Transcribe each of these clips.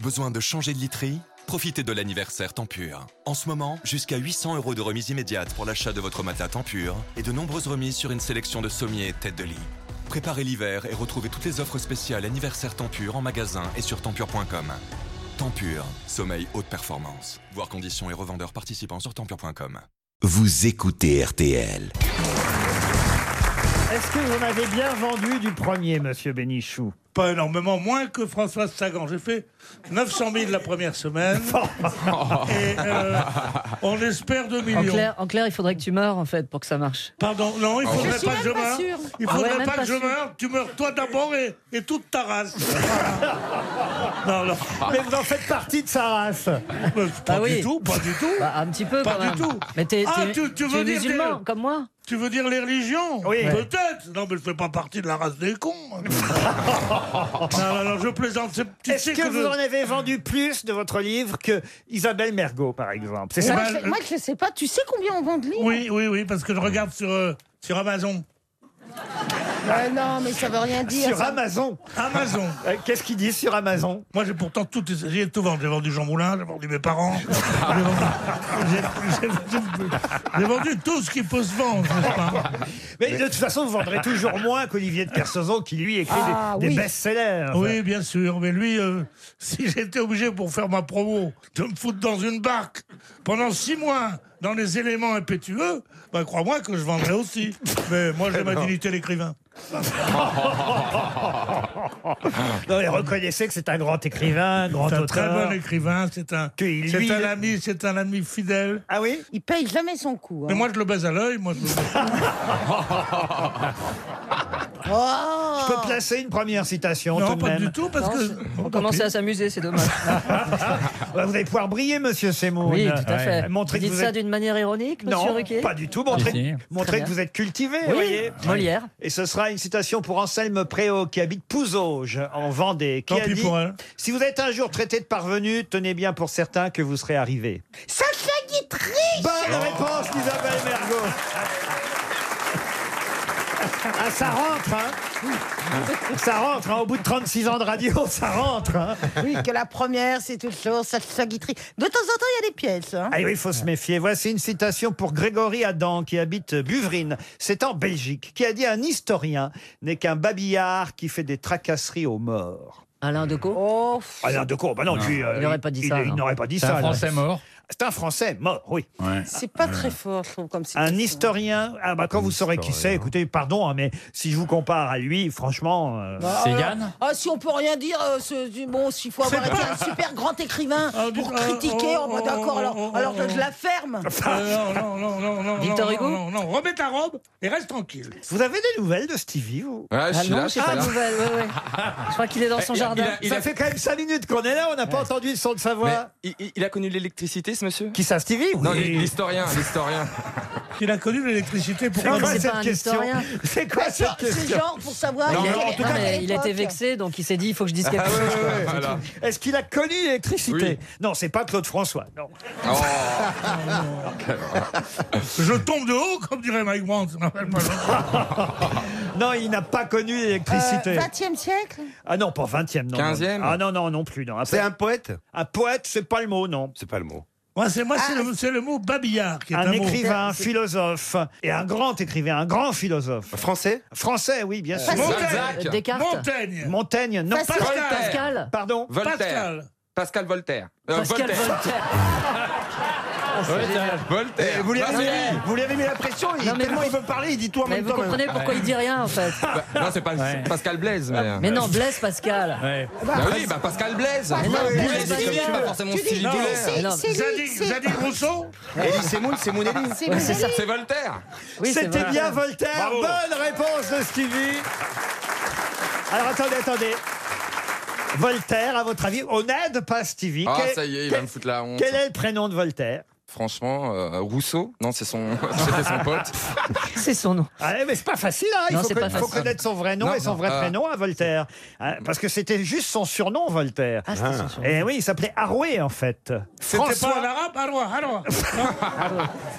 Besoin de changer de literie Profitez de l'anniversaire Tempur. En ce moment, jusqu'à 800 euros de remise immédiate pour l'achat de votre matelas Tempur et de nombreuses remises sur une sélection de sommiers et têtes de lit. Préparez l'hiver et retrouvez toutes les offres spéciales anniversaire Tempur en magasin et sur tempur.com. Tempur, sommeil haute performance. Voir conditions et revendeurs participants sur tempur.com. Vous écoutez RTL. Est-ce que vous m'avez bien vendu du premier, monsieur Bénichou Pas énormément, moins que Françoise Sagan. J'ai fait 900 000 la première semaine. Oh. et euh, on espère 2 En millions. clair, en clair, il faudrait que tu meurs en fait pour que ça marche. Pardon, non, il Je faudrait suis pas même que je pas meure. sûre. Il Ah ouais, faudrait même pas pas que je sûre. meure. Tu meurs toi d'abord et, et toute ta race. non, non. Mais vous en faites partie de sa race. Pas Ah du oui. tout, pas du tout. Bah, un petit peu Pas quand du même. tout. Mais t'es, Ah, t'es- tu- tu es veux dire musulman des- comme moi Tu veux dire les religions Oui. Peut-être. Non, mais je fais pas partie de la race des cons. non, non, non, je plaisante. C'est- Tu Est-ce sais que que, vous je- en avez vendu plus de votre livre que Isabelle Mergot, par exemple C'est Eh ça Moi, ben, je, moi, je sais pas. Tu sais combien on vend de livres Oui, oui, oui, parce que je regarde sur, euh, sur Amazon. Ouais, Non, mais ça veut rien dire. Sur ça. Amazon. Amazon. Euh, Qu'est-ce qu'ils disent sur Amazon Moi, j'ai pourtant tout, j'ai tout vendu. J'ai vendu Jean Moulin, j'ai vendu mes parents, j'ai vendu, j'ai- j'ai- j'ai- j'ai vendu tout ce qui peut se vendre, n'est-ce pas Mais de toute façon, vous vendrez toujours moins qu'Olivier de Kersauzon, qui lui écrit Ah, des, des oui. best-sellers. Oui, bien sûr. Mais lui, euh, si j'étais obligé pour faire ma promo de me foutre dans une barque pendant six mois dans les éléments impétueux, ben crois-moi que je vendrais aussi. Mais moi, Eh j'ai ma dignité d'écrivain. Non, mais reconnaissez que c'est un grand écrivain, un grand C'est auteur. un très bon écrivain. C'est un, Que lui, c'est un il- ami, c'est un ami fidèle. Ah oui Il paye jamais son coût. hein. Mais moi, je le baise à l'œil. Moi, je le- Oh Je peux placer une première citation tout non, de pas même. du tout, parce Non, que. c'est- Oh, On tant commençait pis. à s'amuser, c'est dommage. Bah, Vous allez pouvoir briller, monsieur Semoun. oui, tout à fait. Montrez que Dites vous ça êtes... d'une manière ironique, monsieur Non, Ruquier pas du tout. Ah, Montrez, montrez Très que bien. vous êtes cultivé, Oui, voyez. Molière. Et ce sera une citation pour Anselme Préau, qui habite Pouzauges, en Vendée, qui Tant a pis dit pour elle. Si vous êtes un jour traité de parvenu, tenez bien pour certain que vous serez arrivé. Sacha Guitry Bonne réponse d'Isabelle Mergo. Ah, ça rentre, hein Ça rentre, hein. au bout de 36 ans de radio, ça rentre. Hein. Oui, que la première, c'est toute chose, Sacha Guitry. De temps en temps, il y a des pièces. hein. Ah oui, il faut se méfier. Voici une citation pour Grégory Adam, qui habite Buvrine. C'est en Belgique, qui a dit Un historien n'est qu'un babillard qui fait des tracasseries aux morts. Alain Decaux. Oh, pff, Alain de Bah Ah. non, lui, euh, Il n'aurait pas dit ça, Il non. n'aurait pas dit ça. là. mort. C'est un Français mort, oui. c'est pas très fort, je trouve, comme c'est. hein. Un historien. Ah bah quand vous saurez qui c'est, écoutez, pardon, hein, mais si je vous compare à lui, franchement. euh, C'est Yann Ah, si on peut rien dire, euh, c'est du- bon, s'il faut avoir C'est été pas- un super grand écrivain Ah, du- pour ah, critiquer, oh, oh, bah, oh, d'accord, oh, alors, oh, alors oh, que je la ferme. Euh, non, non, non, non, non. Victor non, Hugo Non, non, non, remets ta robe et reste tranquille. Vous avez des nouvelles de Stevie vous Ouais, je Ah suis là, non, je suis c'est pas là. de nouvelle. ouais, ouais. Je crois qu'il est dans son Eh, Il a- il jardin. a- il Ça a- fait quand même 5 minutes qu'on est là, on n'a pas entendu le son de sa mais voix. il- il- il a connu l'électricité, ce monsieur Qui ça, Stevie Non, Oui. l'historien, l'historien. Il a connu l'électricité pour. C'est quoi mais c'est cette pas un question historien. C'est quoi cette C'est question genre pour savoir. Non, quelle non, est- en tout cas, Ah, à Non, mais quelle il était époque. vexé, donc il s'est dit il faut que je dise Ah, quelque chose. Voilà. Est-ce qu'il a connu l'électricité Oui. Non, c'est pas Claude François. Non. Oh. Je tombe de haut, comme dirait Mike Brandt. Non, moi, je- Non, il n'a pas connu Euh, l'électricité. 20e siècle ah non, pas 20e, non. non. 15e? Ah non, non, non plus, non. Après, un... poète poète, c'est pas le mot, non. C'est pas le mot. Moi, c'est moi, c'est Ah, le, c'est le mot babillard qui est un, Un mot. écrivain, un philosophe, et un grand écrivain, un grand philosophe. Français Français, oui, bien sûr. Facile. Montaigne. Euh, Descartes. Montaigne. Montaigne, non, Facile. pas... Voltaire. Pascal. Pardon Voltaire. Pascal. Pascal Voltaire. Euh, Pascal Voltaire. Voltaire. Voltaire. Voltaire. vous lui, avez Voltaire. mis, vous lui avez mis la pression, il, Non, mais tellement vous- il veut parler, il dit tout en Mais même vous temps. comprenez pourquoi il dit rien en fait. Ah. Bah, non, c'est pas c'est Pascal Blaise. Mais, euh, Mais non, blesse Pascal. Bah oui, bah Pascal Blaise. Mais non, Vous Blaise, c'est l'avez dit comme bien. ça, pas forcément Tu dis- Stevie Boulet. C'est Non. c'est lui, Zadig, c'est Zadig Rousseau. Élie Semoun, c'est mon Élie. c'est lui. C'est Voltaire. Oui, c'est C'était vrai. bien Voltaire. Bravo. Bonne réponse de Stevie. Alors attendez, attendez. Voltaire, à votre avis, on n'aide pas Stevie. Ah, Quel- ça y est, il quel- va me foutre la honte. Quel est le prénom de Voltaire Franchement, euh, Rousseau Non, c'est son... c'était son pote. C'est son nom. ah, mais c'est pas facile, hein. il Non, faut, c'est conna- pas faut facile. connaître son vrai nom Non, et son non, vrai euh, prénom à Voltaire. Hein, parce que c'était juste son surnom, Voltaire. Ah, c'était son surnom. Et oui, il s'appelait Arouet, en fait. C'était pas un François- arabe. Allô,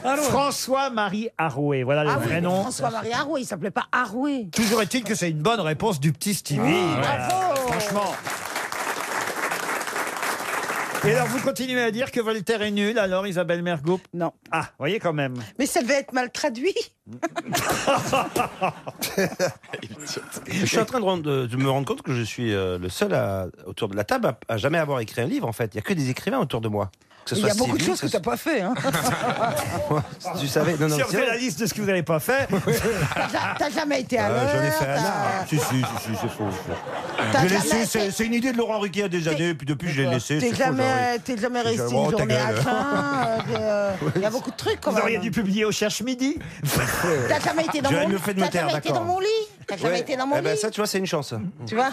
allô. François-Marie Arouet, voilà Ah le vrai oui, nom. François-Marie Arouet, il s'appelait pas Arouet. Ah, Toujours est-il que Ah c'est une bonne réponse du petit Stevie. Voilà. Bravo Franchement. Et alors, vous continuez à dire que Voltaire est nul, alors Isabelle Mergoup Non. Ah, voyez quand même. Mais ça devait être mal traduit. Je suis en train de, rendre- de- de me rendre compte que je suis euh, le seul à- autour de la table à, à jamais avoir écrit un livre, en fait. Il n'y a que des écrivains autour de moi. Que Il ce y soit a beaucoup de Cyril, choses que ce t'as pas fait. Hein. soit- Tu savais Non, non, si on fait Cyril. la liste de ce que vous n'avez pas fait, T'as ja- t'as jamais été à Ah, l'heure. J'en ai fait un t'as- art. Si, si, si, si, c'est faux. T'as Je l'ai jamais laissé, été- c'est- c'est une idée de Laurent Riquet il y a des années, puis depuis je l'ai laissé. T'es c'est faux, j'aurais- jamais, t'es jamais resté Oh, une ta journée à gueule. jeun. euh, de- Il y a beaucoup de trucs quand vous auriez même. dû publier au Cherche Midi. T'as jamais été dans J'aurais mon mieux lit. fait de me T'as taire, jamais été dans d'accord. mon lit. T'as jamais Ouais. été dans mon Ah Eh ben, lit. Ça, tu vois, c'est une chance. Tu vois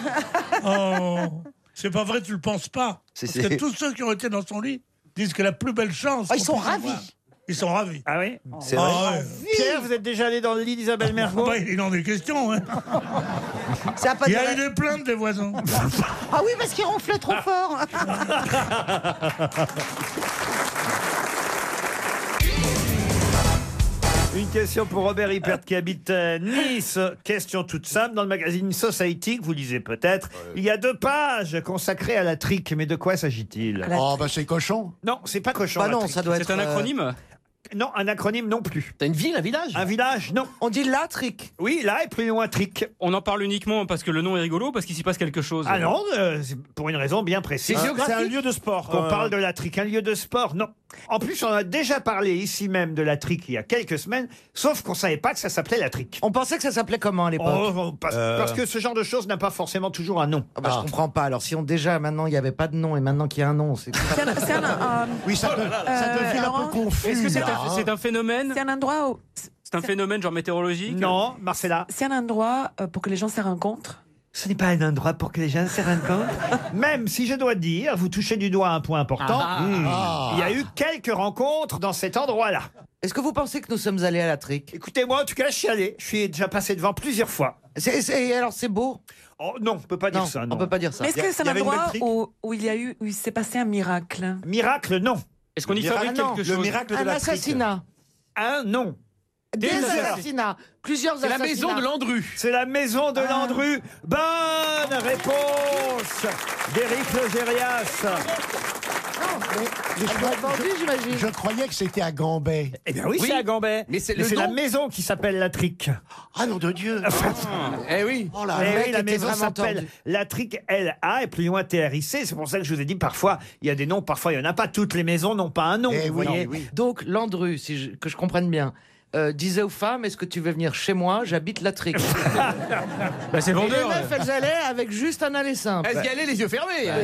Oh, c'est pas vrai, tu le penses pas. Si, Parce si. que tous ceux qui ont été dans son lit disent que la plus belle chance. Oh, ils qu'on sont puisse ravis. avoir- Ils sont ravis. Ah oui C'est vrai. Ah, ouais. Pierre, vous êtes déjà allé dans le lit d'Isabelle Mergo Ouais, il en est question. hein. Ça a pas Il y a eu duré- des plaintes des voisins. Ah oui, parce qu'ils ronflaient trop fort. Une question pour Robert Hippert qui habite euh, Nice. Question toute simple. Dans le magazine Society, que vous lisez peut-être, il y a deux pages consacrées à la trique. Mais de quoi s'agit-il Oh, bah c'est cochon. Bah Non, c'est pas cochon. la trique. doit C'est un acronyme Non, un acronyme non plus. T'as une ville, un village Un village Non. On dit la trick. Oui, là, et plus loin, trique. On en parle uniquement parce que le nom est rigolo, parce qu'il s'y passe quelque chose. Ah non, euh, c'est pour une raison bien précise. Ah, C'est C'est géographique. un lieu de sport. Qu'on euh, parle de la trique, un lieu de sport, non. En plus, on a déjà parlé ici même de la trique il y a quelques semaines, sauf qu'on savait pas que ça s'appelait la trique. On pensait que ça s'appelait comment à Oh, oh, parce, Euh. parce que ce genre de choses n'a pas forcément toujours un nom. Ah bah, Ah. Je comprends pas. Alors si on déjà maintenant il n'y avait pas de nom et maintenant qu'il y a un nom, c'est C'est un, c'est un- euh, Oui, ça euh, Laurent, confus. Est-ce que c'est là, un, hein. c'est un phénomène c'est un endroit où- C'est un phénomène genre météorologique Non, Marcella. c'est un endroit euh, pour que les gens se rencontrent. Ce n'est pas un endroit pour que les gens se rencontrent. Même si je dois dire, vous touchez du doigt un point important, Ah bah. Hmm. il y a eu quelques rencontres dans cet endroit-là. Est-ce que vous pensez que nous sommes allés à la trick Écoutez, moi, en tout cas, je suis allé. Je suis déjà passé devant plusieurs fois. alors c'est beau. Oh, non, on peut pas dire ça. Non. on peut pas dire ça. Mais est-ce Y a- que c'est y un avait une belle endroit trique où, où il y a eu, où il s'est passé un miracle Miracle, non. Est-ce qu'on y Miracle, fabrique non, quelque Le chose miracle de la trique. Un, non. des assassinats. assassinats, Ah. plusieurs C'est la maison de Landru. C'est la maison de Landru. Bonne réponse d'Éric Logérias. Je Ah, bah, j'imagine. Je croyais que c'était à Gambay. Eh bien oui, Oui, c'est à Gambay. mais c'est Mais le c'est nom. la maison qui s'appelle La Trique. Ah non, de Dieu. Eh oui. Oh là Eh là. oui, la maison s'appelle La Trique LA et plus loin TRIC. C'est pour ça que je vous ai dit parfois, il y a des noms, parfois il n'y en a pas. Toutes les maisons n'ont pas un nom. Eh vous oui, voyez. oui. Donc Landru, si je- que je comprenne bien, euh, disait aux femmes Est-ce que tu veux venir chez moi J'habite la trick. Bah, c'est Et les vendeur. meufs, elles allaient avec juste un aller simple. Est-ce qu'elle allait les yeux fermés Eh hein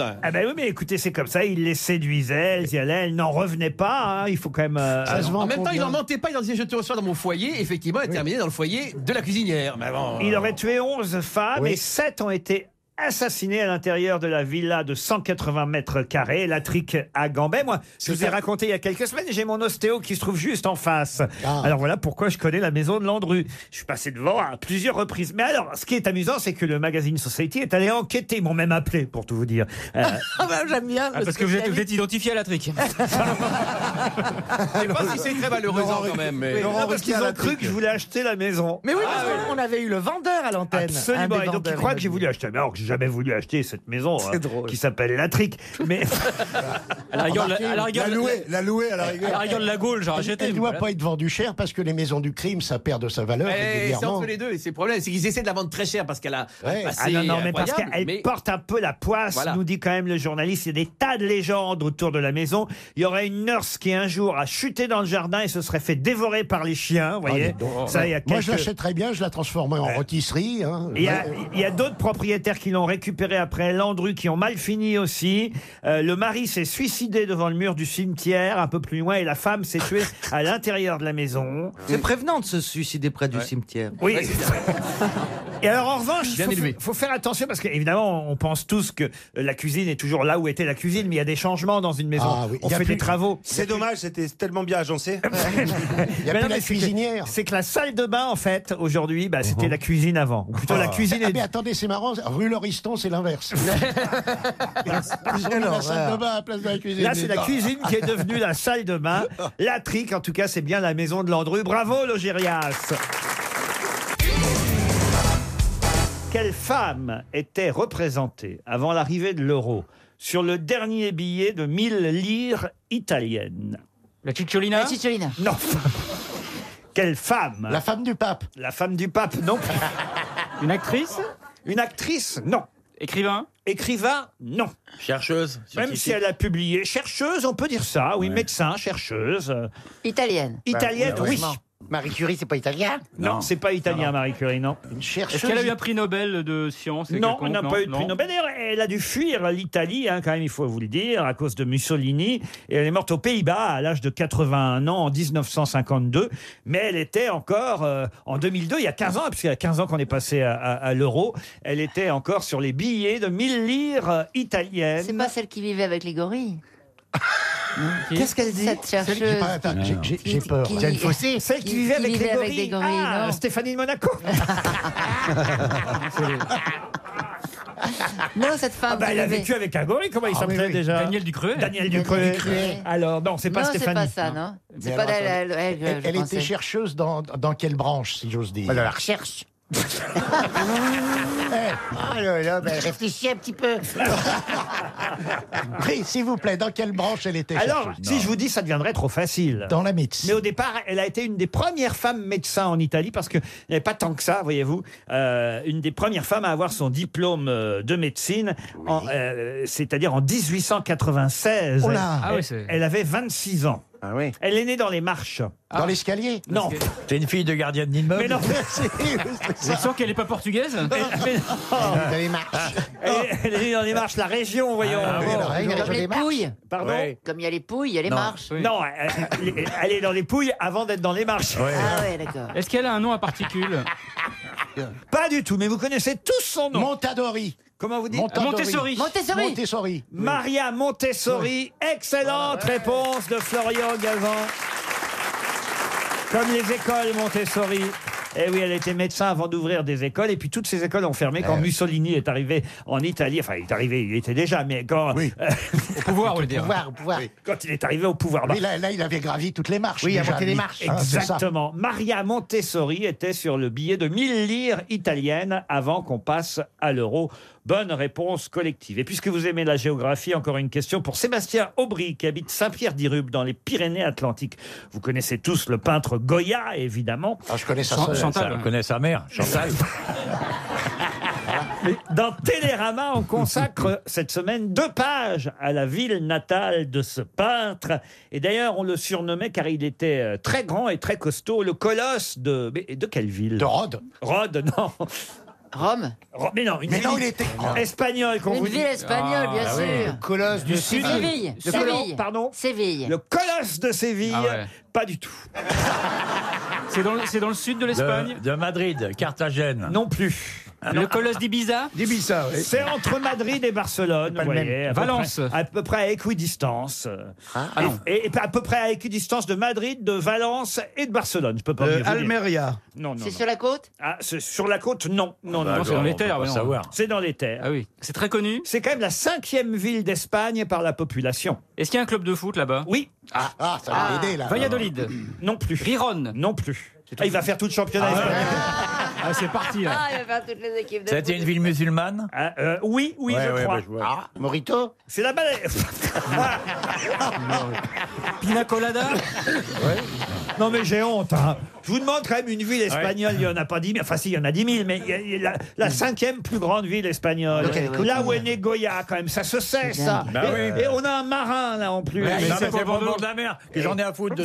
Ah, ah ben oui, mais écoutez, c'est comme ça. Il les séduisait, elles y allaient, elles n'en revenaient pas. hein. Il faut quand même. euh, ah, En même temps, il n'en mentait pas, il en disait je te reçois dans mon foyer. Effectivement, elle terminait dans le foyer de la cuisinière. Mais bon. Il aurait tué 11 femmes Oui. et 7 ont été assassinées à l'intérieur de la villa de 180 mètres carrés, la trique à Gambay. Moi, je C'est vous ai ça. raconté il y a quelques semaines, j'ai mon ostéo qui se trouve juste en face. Ah. Alors voilà pourquoi je connais la maison de Landru. Je suis passé devant à plusieurs reprises. Mais alors, ce qui est amusant, c'est que le magazine Society est allé enquêter. Ils m'ont même appelé, pour tout vous dire. Euh, Ah bah, j'aime bien. parce que vous êtes, identifié à la trique. Je sais pas si c'est très valorisant quand même. mais- Laurent non, parce Ruquier qu'ils à ont la cru trique. que je voulais acheter la maison. Mais oui, parce qu'on avait eu le vendeur à l'antenne. Un Ah, des Absolument. Et donc, ils vendeurs croient que j'ai voulu immobiliers. acheter. Mais alors que j'ai jamais voulu acheter cette maison hein, drôle. qui s'appelle La Trique. Mais. À la Ah, rigueur, la, à bah, la La rigueur, louer, la louer Eh, à la la- à la rigueur. rigueur de la Gaule, j'aurais jeté. Elle doit pas être vendue cher parce que les maisons du crime, ça perd de sa valeur Eh, C'est régulièrement. entre les deux, et c'est le problème, c'est qu'ils essaient de la vendre très cher parce qu'elle a Ouais. passé Ah non, non, mais parce incroyable, qu'elle mais- porte un peu la poisse, Voilà. nous dit quand même le journaliste. Il y a des tas de légendes autour de la maison. Il y aurait une nurse qui un jour a chuté dans le jardin et se serait fait dévorer par les chiens, vous voyez. Ça, il y a Ah, Moi, je quelques- l'achèterais bien, je la transformerais en rôtisserie. hein. Il y a, il y a d'autres propriétaires qui l'ont récupéré après Landru qui ont mal fini aussi. Euh, le mari s'est suicidé devant le mur du cimetière un peu plus loin et la femme s'est tuée à l'intérieur de la maison. C'est prévenant de se suicider près du cimetière. Oui. Et alors en revanche, il Bien faut, élevé. faut faire attention parce qu'évidemment, on pense tous que la cuisine est toujours là où était la cuisine, mais il y a des changements dans une maison. Ah oui, On il y a fait plus- des travaux. C'est dommage, c'était tellement bien agencé. Il n'y a plus la Mais non, mais c'est que- cuisinière. Uh-huh. C'est que la salle de bain, en fait, aujourd'hui, bah, c'était la cuisine avant. Ou plutôt la cuisine Ah, est... mais attendez, c'est marrant, rue Lauriston, c'est l'inverse. Ils ont mis la salle de bain à la place de la cuisine. Ah, Là, c'est la cuisine qui est devenue la salle de bain. La trique, en tout cas, c'est bien la maison de Landru. Bravo, Logérias Quelle femme était représentée avant l'arrivée de l'euro sur le dernier billet de 1000 lire italiennes. La cicciolina La cicciolina. Non. Quelle femme La femme du pape. La femme du pape, non. Une actrice Une actrice, non. Écrivain Écrivain, non. Chercheuse Même si scientifique. elle a publié. Chercheuse, on peut dire ça, oui, médecin, chercheuse. euh, Italienne. Italienne, oui. Marie Curie, c'est pas italien Non, c'est pas italien, Marie Curie, non. Une chercheuse. Est-ce qu'elle a eu un prix Nobel de science et Non, quelconque, on n'a pas eu de prix non Nobel. D'ailleurs, elle a dû fuir l'Italie, hein, quand même, il faut vous le dire, à cause de Mussolini. Et elle est morte aux Pays-Bas à l'âge de 81 ans, en 1952. Mais elle était encore, euh, en 2002, il y a 15 ans, puisqu'il y a 15 ans qu'on est passé à, à- à l'euro, elle était encore sur les billets de 1000 lires euh, italiennes. C'est pas celle qui vivait avec les gorilles. Qu'est-ce qu'elle dit Cette chercheuse. Ah. j'ai peur. Qui- Jane Fossé. Celle qui, vivait avec les gorilles. Ah, Stéphanie de Monaco. Ah, Non, cette femme. Ah bah, elle a qui vivait- vécu avec un gorille, comment il s'appelait déjà Daniel Ducreux. Ah, Daniel Ducreux. Ducruet. Alors, non, c'est pas Non, c'est Stéphanie. pas ça, non. C'est Mais pas alors, elle- elle- elle que je elle pensais. était chercheuse dans, dans quelle branche, si j'ose dire Bah, dans la recherche. Ah là bah, là, ben, réfléchis un petit peu. Oui, s'il vous plaît, dans quelle branche elle était Ah. Alors, chercheuse si je vous dis, ça deviendrait trop facile. Dans la médecine. Mais au départ, elle a été une des premières femmes médecins en Italie parce qu'il n'y avait pas tant que ça, voyez-vous. Euh, une des premières femmes à avoir son diplôme euh, de médecine, en, euh, c'est-à-dire en 1896. Oh là Ah elle, oui, c'est- elle avait 26 ans. Elle est née dans les marches. Dans l'escalier Non. T'es une fille de gardienne d'immeuble Mais non. Elle sent qu'elle n'est pas portugaise Mais non. Elle, elle est née dans les marches, la région, voyons. Ah, Comme les pouilles. Pardon Comme il y a les pouilles, il y a les Non. marches. Non, elle, elle- elle est dans les pouilles avant d'être dans les marches. Ah ouais, d'accord. Euh, Est-ce qu'elle a un nom à particules Pas du tout, mais vous connaissez tous son nom. Montadori. Comment vous dites Montessori. Montessori. Montessori. Maria Montessori. Excellente réponse de Florian Gazan. Comme les écoles Montessori. Eh oui, elle était médecin avant d'ouvrir des écoles, et puis toutes ces écoles ont fermé quand Mussolini est arrivé en Italie. Enfin, il est arrivé, il était déjà, mais quand. au pouvoir, on le dire. pouvoir, au pouvoir. Quand il est arrivé au pouvoir. Oui, là, là, il avait gravi toutes les marches. Oui, déjà, inventer des lui. marches. Hein, c'est ça. Exactement. Maria Montessori était sur le billet de 1000 lires italiennes avant qu'on passe à l'euro. Bonne réponse collective. Et puisque vous aimez la géographie, encore une question pour Sébastien Aubry, qui habite Saint-Pierre-d'Irube, dans les Pyrénées-Atlantiques. Vous connaissez tous le peintre Goya, évidemment. Ah, je connais Chan- hein. Chantal. Je connais sa mère, Chantal. Dans Télérama, on consacre cette semaine deux pages à la ville natale de ce peintre. Et d'ailleurs, on le surnommait car il était euh, très grand et très costaud, le colosse de. mais de quelle ville De Rhodes. Rhodes, non. Rome Mais non, une Mais ville non, il était grand. espagnole qu'on Une vous dit. ville espagnole, bien Ah sûr. oui. Le colosse du De sud. Séville. Le colosse- Séville. pardon Séville. Le colosse de Séville, pas du tout. Ah C'est dans, le- c'est dans le sud de l'Espagne De, de Madrid, Ah Carthagène. Non plus. Le colosse d'Ibiza D'Ibiza, oui. C'est entre Madrid et Barcelone, pas vous le même. voyez. à peu Valence. près- À peu près à équidistance. euh, Ah non. et, et à peu près à équidistance de Madrid, de Valence et de Barcelone. Je peux pas Euh, mieux vous dire. Almeria. Non, non. C'est non. sur la côte Ah, c'est sur la côte, non. Non, Bah, non. alors, C'est dans les on peut terres, pas voyons. savoir. C'est dans les terres. Ah oui. C'est très connu. C'est quand même la cinquième ville d'Espagne par la population. Est-ce qu'il y a un club de foot là-bas Oui. Ah, ça va l'aider, là. Valladolid. Non plus. Riron. Non plus. Ah, il va faire tout le championnat espagnol. c'est parti, Ah, il va faire toutes les équipes de. C'était une foot. ville musulmane Ah, euh, Oui, oui, je crois. Ah, Morito C'est là-bas. Pina Colada Non, mais j'ai honte. hein. Je vous demande quand même une ville espagnole. Il n'y en a pas 10 000. Enfin, si, il y en a 10 000, mais il y a- il y a la, la Mm. cinquième plus grande ville espagnole. Ok, ouais, là ouais. où est né Goya, quand même. Ça se sait, ça. Bah et, oui. et on a un marin, là, en plus. Mais, mais c'est pour le bord de la mer que j'en ai à foutre de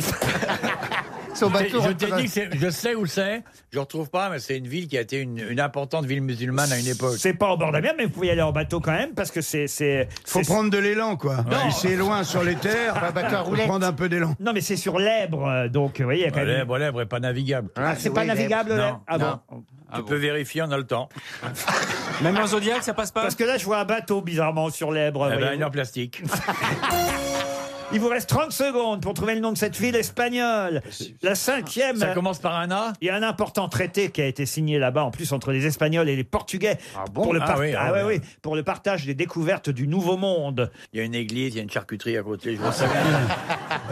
Son bateau Je t'ai rentre- dit que c'est- je sais où c'est, je retrouve pas, mais c'est une ville qui a été une, une importante ville musulmane à une époque. C'est pas au bord de la mer, mais vous pouvez y aller en bateau quand même, parce que c'est. c'est Faut c'est- prendre de l'élan, quoi. Non. C'est loin sur les terres. Pas bateau à faut roulette. prendre un peu d'élan. Non, mais c'est sur l'Èbre, euh, donc, vous voyez, il y a quand même. Lèbre, lèbre est pas navigable. Ah, c'est pas navigable, l'Èbre Non. Ah bon. non. Tu peux vérifier, on a le temps. Même en Zodiac, ça passe pas Parce que là, je vois un bateau bizarrement sur l'Èbre. Eh ben, voyez-vous. il est en plastique. Il vous reste 30 secondes pour trouver le nom de cette ville espagnole. La cinquième. Ça commence par un A Il y a un important traité qui a été signé là-bas, en plus entre les Espagnols et les Portugais, bon pour, le Ah par- oui, ah Ah ouais, oui. oui, pour le partage des découvertes du Nouveau Monde. Il y a une église, il y a une charcuterie à côté, je vois ça bien.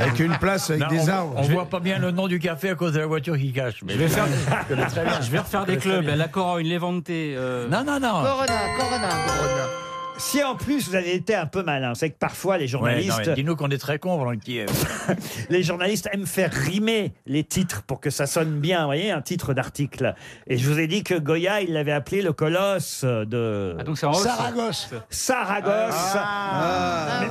Avec une place, avec Non, des on- arbres. On voit pas bien le nom du café à cause de la voiture qui cache. Mais Je vais faire- je connais très bien. Je vais refaire Je des connais très clubs. bien. La Corogne, Levante. euh, Non, non, non. Corona, Corona. Si en plus vous avez été un peu malin, c'est que parfois les Journaliste. journalistes, Dis-nous qu'on est très cons, Valentier. les journalistes aiment faire rimer les titres pour que ça sonne bien, vous voyez, un titre d'article. Et je vous ai dit que Goya, il l'avait appelé le colosse de en hausse. Saragosse. Saragosse.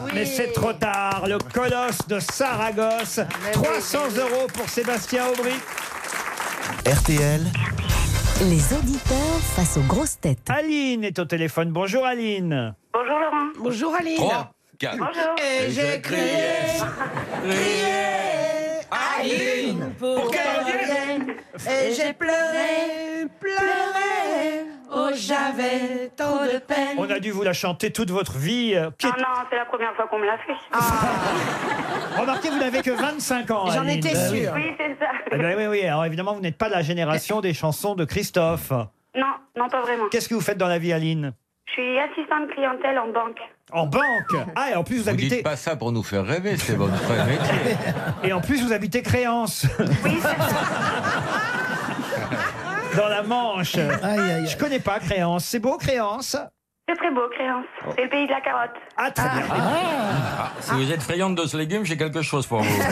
mais, mais c'est trop tard, le colosse de Saragosse. 300 euros pour Sébastien Aubry. RTL. Les auditeurs face aux grosses têtes. Aline est au téléphone. Bonjour Aline. Bonjour Laurent. Bonjour Aline. Trois, quatre. Et j'ai crié, crié, Aline, pour qu'elle vienne. Et j'ai pleuré, pleuré. Oh, j'avais tant de peine. On a dû vous la chanter toute votre vie. euh, qui est- Ah non, c'est la première fois qu'on me l'a fait. Ah. Remarquez, vous n'avez que 25 ans. J'en Aline. étais Bah Ben oui. sûre. Oui, c'est ça. Eh ben oui, oui. Alors évidemment, vous n'êtes pas de la génération des chansons de Christophe. Non, non, pas vraiment. Qu'est-ce que vous faites dans la vie, Aline Je suis assistante clientèle en banque. En banque. Ah, et en plus, vous, habitez. pas ça pour nous faire rêver, c'est votre vrai métier. Et en plus, vous habitez Créance. Dans la Manche. Je connais pas Créance. C'est beau, Créance Oh. C'est très beau, Créance. C'est le pays de la carotte. Ah, très bien. Ah, si vous êtes friande de ce légume, j'ai quelque chose pour vous.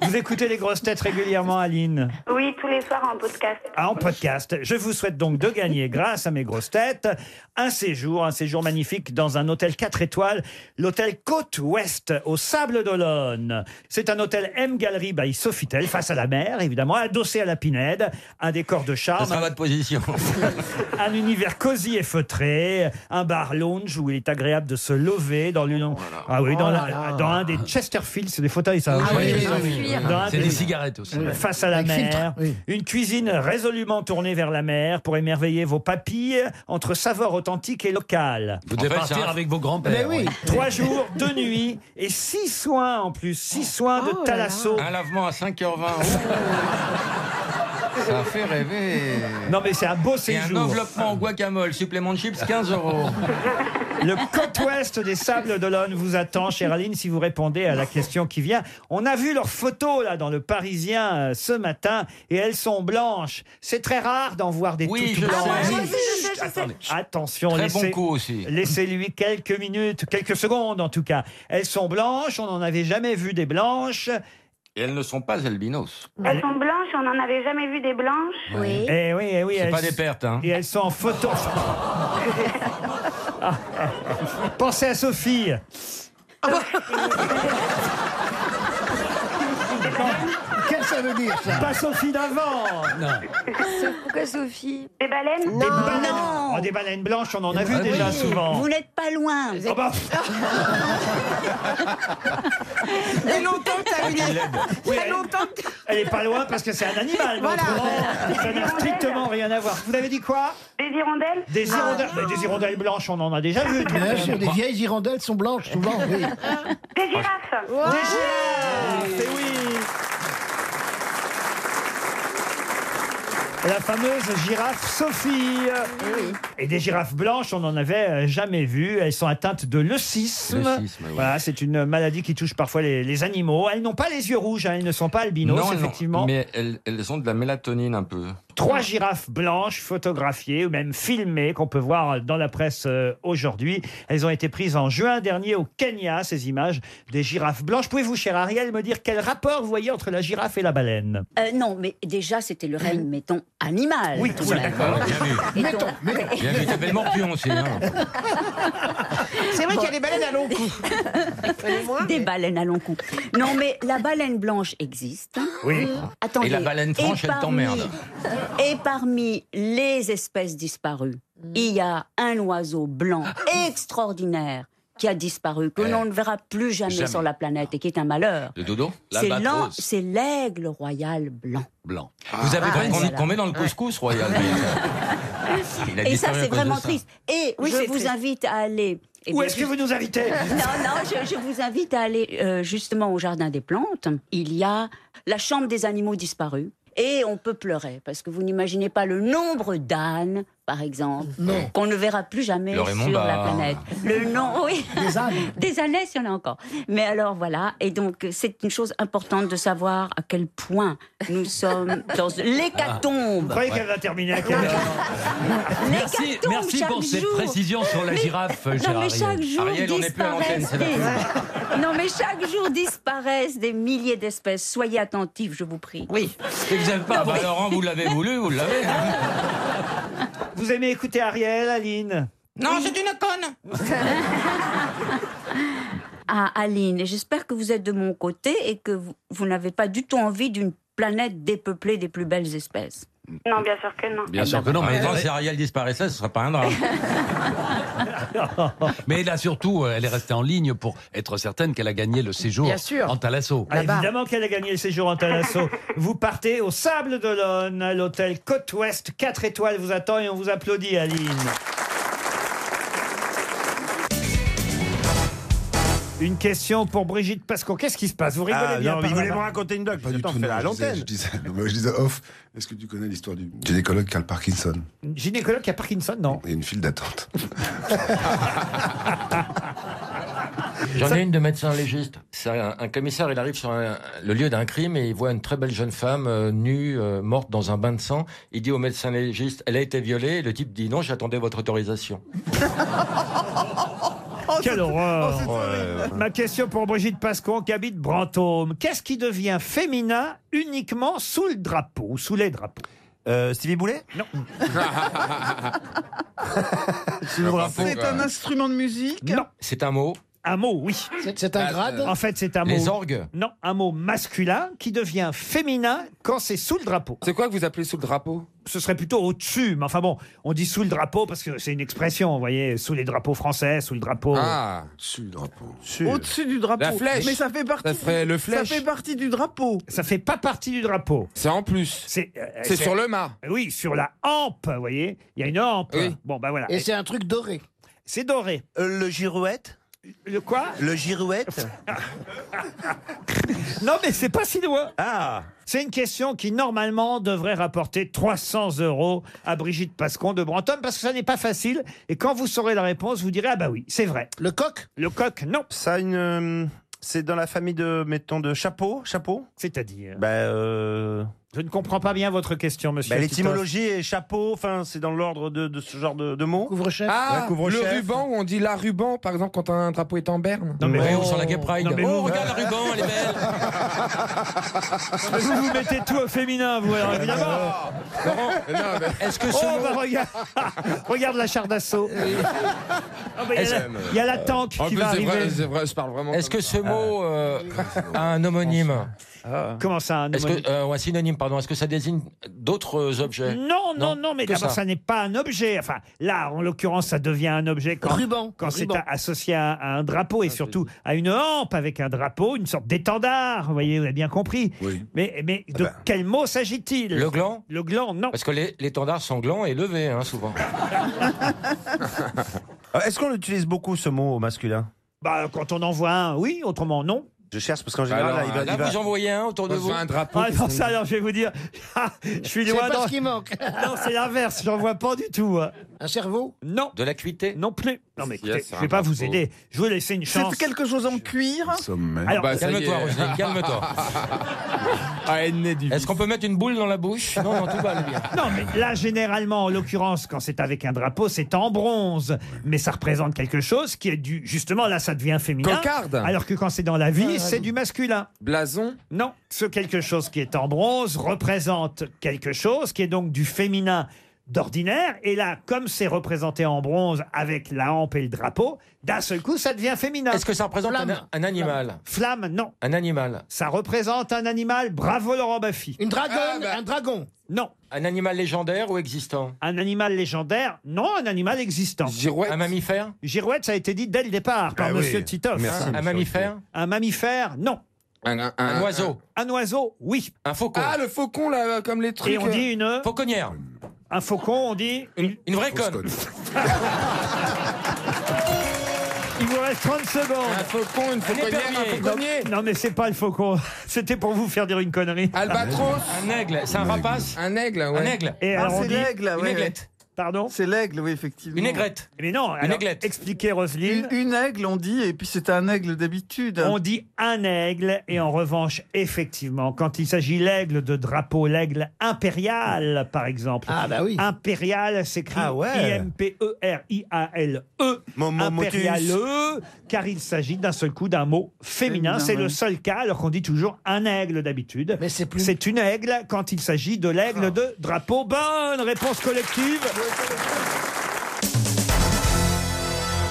Vous écoutez les grosses têtes régulièrement, Aline Oui, tous les soirs en podcast. Ah, en podcast. Je vous souhaite donc de gagner, grâce à mes grosses têtes, un séjour, un séjour magnifique dans un hôtel 4 étoiles, l'hôtel Côte Ouest, au Sable d'Olonne. C'est un hôtel M Gallery by Sofitel, face à la mer, évidemment, adossé à la Pinède, un décor de Ça charme. sera votre position. un univers cosy et feutré, un bar lounge où il est agréable de se lever dans l'une- ah oui, dans, Oh la- là là. dans un des Chesterfield, c'est des fauteuils ça. hein. Ah oui, oui, oui, oui. Dans un C'est des cigarettes aussi. Face à la Avec mer, filtre, une cuisine résolument tournée vers la mer pour émerveiller vos papilles entre saveurs authentiques et locales. Vous devez partir avec vos grands-pères. Mais oui. Trois jours, deux nuits et six soins en plus, six soins de Talasso. Un lavement à Oh. 5h20. Ça fait rêver. Non mais c'est un beau Et un séjour. enveloppement en guacamole, supplément de chips, 15 euros. Le côte ouest des Sables d'Olonne vous attend, chère Aline, si vous répondez à la question qui vient. On a vu leurs photos là dans le Parisien euh, ce matin et elles sont blanches. C'est très rare d'en voir des Oui, toutes je blanches. sais. Ah, Moi aussi, Attention, Très laissez, bon coup aussi. laissez-lui quelques minutes, quelques secondes en tout cas. Elles sont blanches, on n'en avait jamais vu des blanches. Et elles ne sont pas albinos. Elles sont blanches, on n'en avait jamais vu des blanches. Oui. Eh oui, eh oui. C'est elles- pas des pertes, hein. Et elles sont en photo. Pensez à Sophie. Qu'est-ce que ça veut dire ça Pas Sophie d'avant. Pourquoi Sophie Des baleines Des baleines, Oh, des baleines blanches, on en Ah a vu déjà souvent. Vous n'êtes pas loin. Oh bah, Et longtemps que t'as une... Oui, elle- Elle est pas loin parce que c'est un animal. mais Voilà. autrement, Ça n'a strictement rien à voir. Vous avez dit quoi Des hirondelles Des hirondelles, mais des hirondelles blanches, on en a déjà vu. tout de Bien même. sûr, des vieilles hirondelles sont blanches souvent. oui. Des girafes Des girafes, eh oui. La fameuse girafe Sophie. Eh Et des girafes blanches, on n'en avait euh, jamais vu. Elles sont atteintes de leucisme. Leucisme, oui. Voilà, c'est une maladie qui touche parfois les, les animaux. Elles n'ont pas les yeux rouges, hein, elles ne sont pas albinos, elles n'ont- effectivement. Mais elles, elles ont de la mélatonine un peu. Trois girafes blanches photographiées ou même filmées qu'on peut voir dans la presse euh, aujourd'hui. Elles ont été prises en juin dernier au Kenya, ces images des girafes blanches. Pouvez-vous, cher Ariel, me dire quel rapport vous voyez entre la girafe et la baleine Euh, non, mais déjà, c'était le règne, mettons, animal. Oui, tout à fait. Ah, bien vu. Et donc- Bien vu, t'as belle morpion aussi. hein. C'est vrai qu'il y a des baleines à long cou. des baleines à long cou. Non, mais la baleine blanche existe. Oui. Euh, Attendez. Et la baleine franche, Et elle t'emmerde. parmi- Et parmi les espèces disparues, il y a un oiseau blanc extraordinaire qui a disparu, que Ouais. l'on ne verra plus jamais, Jamais. sur la planète et qui est un malheur. Le dodo C'est l'an- L'albatros c'est l'aigle royal blanc. blanc. Vous avez Ah, compris qu'on voilà. qu'on met dans le couscous royal. euh, Il a Et ça, disparu à c'est cause de vraiment ça. triste. Et Oui, c'est je vous triste. invite à aller. eh Où bien, est-ce que juste- vous nous invitez Non, non, je, je vous invite à aller euh, justement au Jardin des Plantes. Il y a la chambre des animaux disparus. Et on peut pleurer, parce que vous n'imaginez pas le nombre d'ânes, par exemple, Non. qu'on ne verra plus jamais Le sur Raymond la Barre. planète. Le nom, oui. Des années. Des années, s'il y en a encore. Mais alors voilà, et donc c'est une chose importante de savoir à quel point nous sommes dans Ah. l'hécatombe. Vous croyez qu'elle va terminer à quelle heure Merci, cartons, merci chaque pour cette jour. précision sur la Mais- girafe, non, Gérard mais chaque Ariel. jour Ariel, on n'est plus à l'antenne, c'est la disparaissent pub. Non, mais chaque jour disparaissent des milliers d'espèces. Soyez attentifs, je vous prie. Oui. Et vous avez pas, bah, Laurent, vous l'avez voulu, vous l'avez. hein. Vous aimez écouter Ariel, Aline Non, c'est une conne Ah, Aline, j'espère que vous êtes de mon côté et que vous, vous n'avez pas du tout envie d'une planète dépeuplée des plus belles espèces. Non, bien sûr que non. Bien sûr que non, mais Ah, attends, si Ariel disparaissait, ce serait pas un drame. mais là, surtout, euh, elle est restée en ligne pour être certaine qu'elle a gagné le séjour Bien sûr. en Thalasso. Ah, évidemment qu'elle a gagné le séjour en Talasso. vous partez au Sable d'Olonne, à l'hôtel Côte Ouest. 4 étoiles vous attend et on vous applaudit, Aline. Une question pour Brigitte Pascot. Qu'est-ce qui se passe Vous rigolez Ah, bien non, par il voulait là-bas. me raconter une blague. Pas du Attends, tout. non, mais à je disais- l'antenne. Je disais, non, je disais off. Est-ce que tu connais l'histoire du gynécologue qui a le Parkinson Gynécologue qui a Parkinson, non Il y a une file d'attente. Ça- J'en ai une de médecin légiste. C'est un, un commissaire, il arrive sur un- le lieu d'un crime et il voit une très belle jeune femme euh, nue, euh, morte dans un bain de sang. Il dit au médecin légiste, elle a été violée. Et le type dit, non, j'attendais votre autorisation. Quelle horreur Ma question pour Brigitte Pascon qui habite Brantôme. Qu'est-ce qui devient féminin uniquement sous le drapeau, sous les drapeaux Stevie Boulet Non. Ah, C'est un instrument de musique. C'est un mot. Un mot, oui. c'est Bah, un Ah, grade euh, En fait, c'est un mot. les orgues Non, un mot masculin qui devient féminin quand c'est sous le drapeau. C'est quoi que vous appelez sous le drapeau Ce serait plutôt au-dessus, mais enfin bon, on dit sous le drapeau parce que c'est une expression, vous voyez, sous les drapeaux français, sous le drapeau. Ah, sous le drapeau. Au-dessus du drapeau. La flèche. Mais ça fait partie. Ça ferait le flèche. Ça fait partie du drapeau. Ça fait pas partie du drapeau. C'est en plus. C'est euh, C'est sur le mât. Oui, sur la hampe, vous voyez. Il y a une hampe. Oui. Bon, ben voilà. Et c'est un truc doré. C'est doré. Euh, le girouette Le quoi Le girouette Non, mais c'est pas si loin. Ah C'est une question qui, normalement, devrait rapporter 300 euros à Brigitte Pascon de Brantôme, parce que ça n'est pas facile. Et quand vous saurez la réponse, vous direz Ah, bah oui, c'est vrai. Le coq Le coq, non. Ça a une. euh, C'est dans la famille de, mettons, de chapeau, chapeau. C'est-à-dire. Bah, euh, Je ne comprends pas bien votre question, monsieur. bah, Titoff. l'étymologie et chapeau, enfin, c'est dans l'ordre de, de ce genre de, de mots. Couvre-chef. Ah, le ruban où on dit la ruban, par exemple, quand un drapeau est en berne. Non, mais- Ouais, ou Oh. sur la Gay Pride. Non, mais oh, vous- regarde la ruban, elle est belle. Vous vous mettez tout au féminin, vous, alors évidemment. Est-ce que ce oh, mot- bah, regarde, regarde la char d'assaut. Ah, bah, Il y a la- il y a la tank En qui plus, va c'est vrai, arriver. c'est vrai, je parle vraiment. Est-ce comme que ça. ce mot euh, a un homonyme Comment ça, un Ah. Est-ce homonyme que, euh, ouais, synonyme, pardon. Est-ce que ça désigne d'autres euh, objets Non, non, non, mais que d'abord, ça, n'est pas un objet. Enfin, là, en l'occurrence, ça devient un objet quand, Ruban, quand c'est ruban. a- associé à, à un drapeau et surtout à une hampe avec un drapeau, une sorte d'étendard. Vous voyez, vous avez bien compris. Mais, mais de quel mot s'agit-il Le gland Le gland, non. Parce que les- l'étendard sanglant est levé, hein, souvent. Euh, Est-ce qu'on utilise beaucoup ce mot au masculin Bah, quand on en voit un, oui, autrement, non. Je cherche parce qu'en général, Bah Alors, là, il va. là, il va- vous envoyez un autour de Moi, je vous vois un drapeau Ah qui non, se- ça, alors, je vais vous dire. Ah, je suis C'est loin. pas non. ce qui manque. Non, c'est l'inverse, j'en vois pas du tout. hein. Un cerveau Non, De l'acuité non plus. Non, mais écoutez, Yes, je un vais pas vous drapeau. aider. Je vous laisser une chance. C'est quelque chose en cuir. Sommet. Alors, Bah, ça y Calme-toi, est. Roselyne, calme-toi. Ah, elle naît du Est-ce qu'on peut mettre une boule dans la bouche Non, non, tout va aller bien. Non, mais là, généralement, en l'occurrence, quand c'est avec un drapeau, c'est en bronze. Mais ça représente quelque chose qui est du. Justement, là, ça devient féminin. Cocarde. Alors que quand c'est dans la Ah, Ah, vie, c'est du masculin. blason. Non, ce quelque chose qui est en bronze représente quelque chose qui est donc du féminin d'ordinaire. Et là, comme c'est représenté en bronze avec la hampe et le drapeau, d'un seul coup, ça devient féminin. Est-ce que ça représente un, Flamme. un animal Flamme, non. Un animal. Ça représente un animal. Bravo, Laurent Baffy. Une dragonne Ah, bah. Un dragon Non. Un animal légendaire ou existant Un animal légendaire Non, un animal existant. Un Girouette. mammifère Girouette, ça a été dit dès le départ par Ah oui. Monsieur Titoff. Merci. Un mammifère Un mammifère, non. Un, un- Un un- oiseau Un oiseau, oui. Un faucon Ah, le faucon, là, comme les trucs. euh, Et on dit une, Fauconnière un faucon, on dit. Une, une vraie conne Il vous reste 30 Un secondes. faucon, une fauconnière, un épervier. fauconnier. Non, mais c'est pas le faucon. C'était pour vous faire dire une connerie. Albatros. Un aigle C'est un rapace Un aigle, ouais. Un aigle Et Ah, alors on c'est dit. l'aigle, Une ouais, ouais. aiglette Pardon C'est l'aigle, oui, effectivement. Une aigrette. Mais non, Ah, alors, expliquez, Roselyne. Une, une aigle, on dit, et puis c'est un aigle d'habitude. On dit un aigle, et en revanche, effectivement, quand il s'agit l'aigle de drapeau, l'aigle impérial, par exemple. Ah bah oui. Impérial s'écrit Ah ouais. E I-M-P-E-R-I-A-L-E. Momo motus. impérial, E, car il s'agit d'un seul coup d'un mot féminin. Féminin, C'est le oui. seul cas, alors qu'on dit toujours un aigle d'habitude. Mais c'est plus. Ah. C'est une aigle quand il s'agit de l'aigle de drapeau. Bonne réponse collective.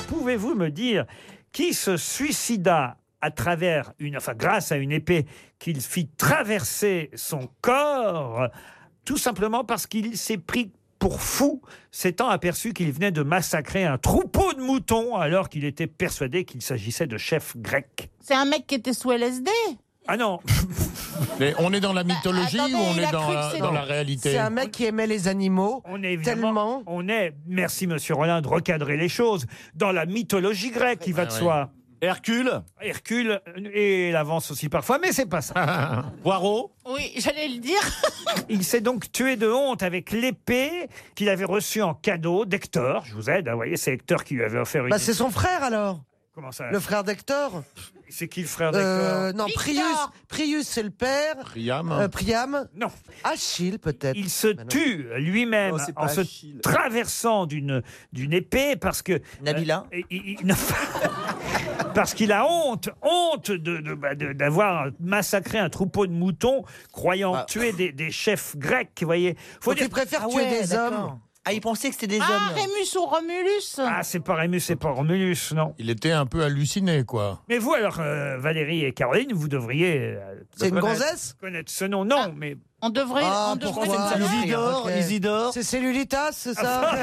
Pouvez-vous me dire qui se suicida à travers une, enfin grâce à une épée qu'il fit traverser son corps, tout simplement parce qu'il s'est pris pour fou, s'étant aperçu qu'il venait de massacrer un troupeau de moutons alors qu'il était persuadé qu'il s'agissait de chefs grecs. C'est un mec qui était sous LSD. Ah non Mais on est dans la mythologie Bah, Attendez, ou on il a est dans cru la, que dans c'était- la réalité mec qui aimait les animaux on est tellement. On est, merci Monsieur Rollin de recadrer les choses, dans la mythologie grecque, il va de Ah ouais. soi. Hercule Hercule, euh, et l'avance aussi parfois, mais c'est pas ça. Poirot Oui, j'allais le dire. Il s'est donc tué de honte avec l'épée qu'il avait reçue en cadeau d'Hector. Je vous aide, hein, vous voyez, c'est Hector qui lui avait offert une. Bah, c'est son frère alors. Comment ça Le frère d'Hector. C'est qui le frère d'Hector Euh, non, Prius. Prius, c'est le père. Priam. Euh, Priam. Non. Achille, peut-être. Il se tue lui-même Oh, c'est pas en se Achille. traversant d'une d'une épée parce que euh, Nabila parce qu'il a honte honte de- de- bah, de- d'avoir massacré un troupeau de moutons croyant Ah. tuer des, des chefs grecs vous voyez faut dire préfère tuer ouais, des hommes. d'accord. ah il pensait que c'était Ah, Rémus ou Romulus ah c'est pas Rémus c'est pas Romulus non Il était un peu halluciné, quoi. mais vous alors euh, Valérie et Caroline vous devriez euh, C'est une connaître- gonzesse connaître ce nom non mais Ah, On devrait. Ah, on devrait pourquoi le voir. Ok. C'est cellulitas, c'est ça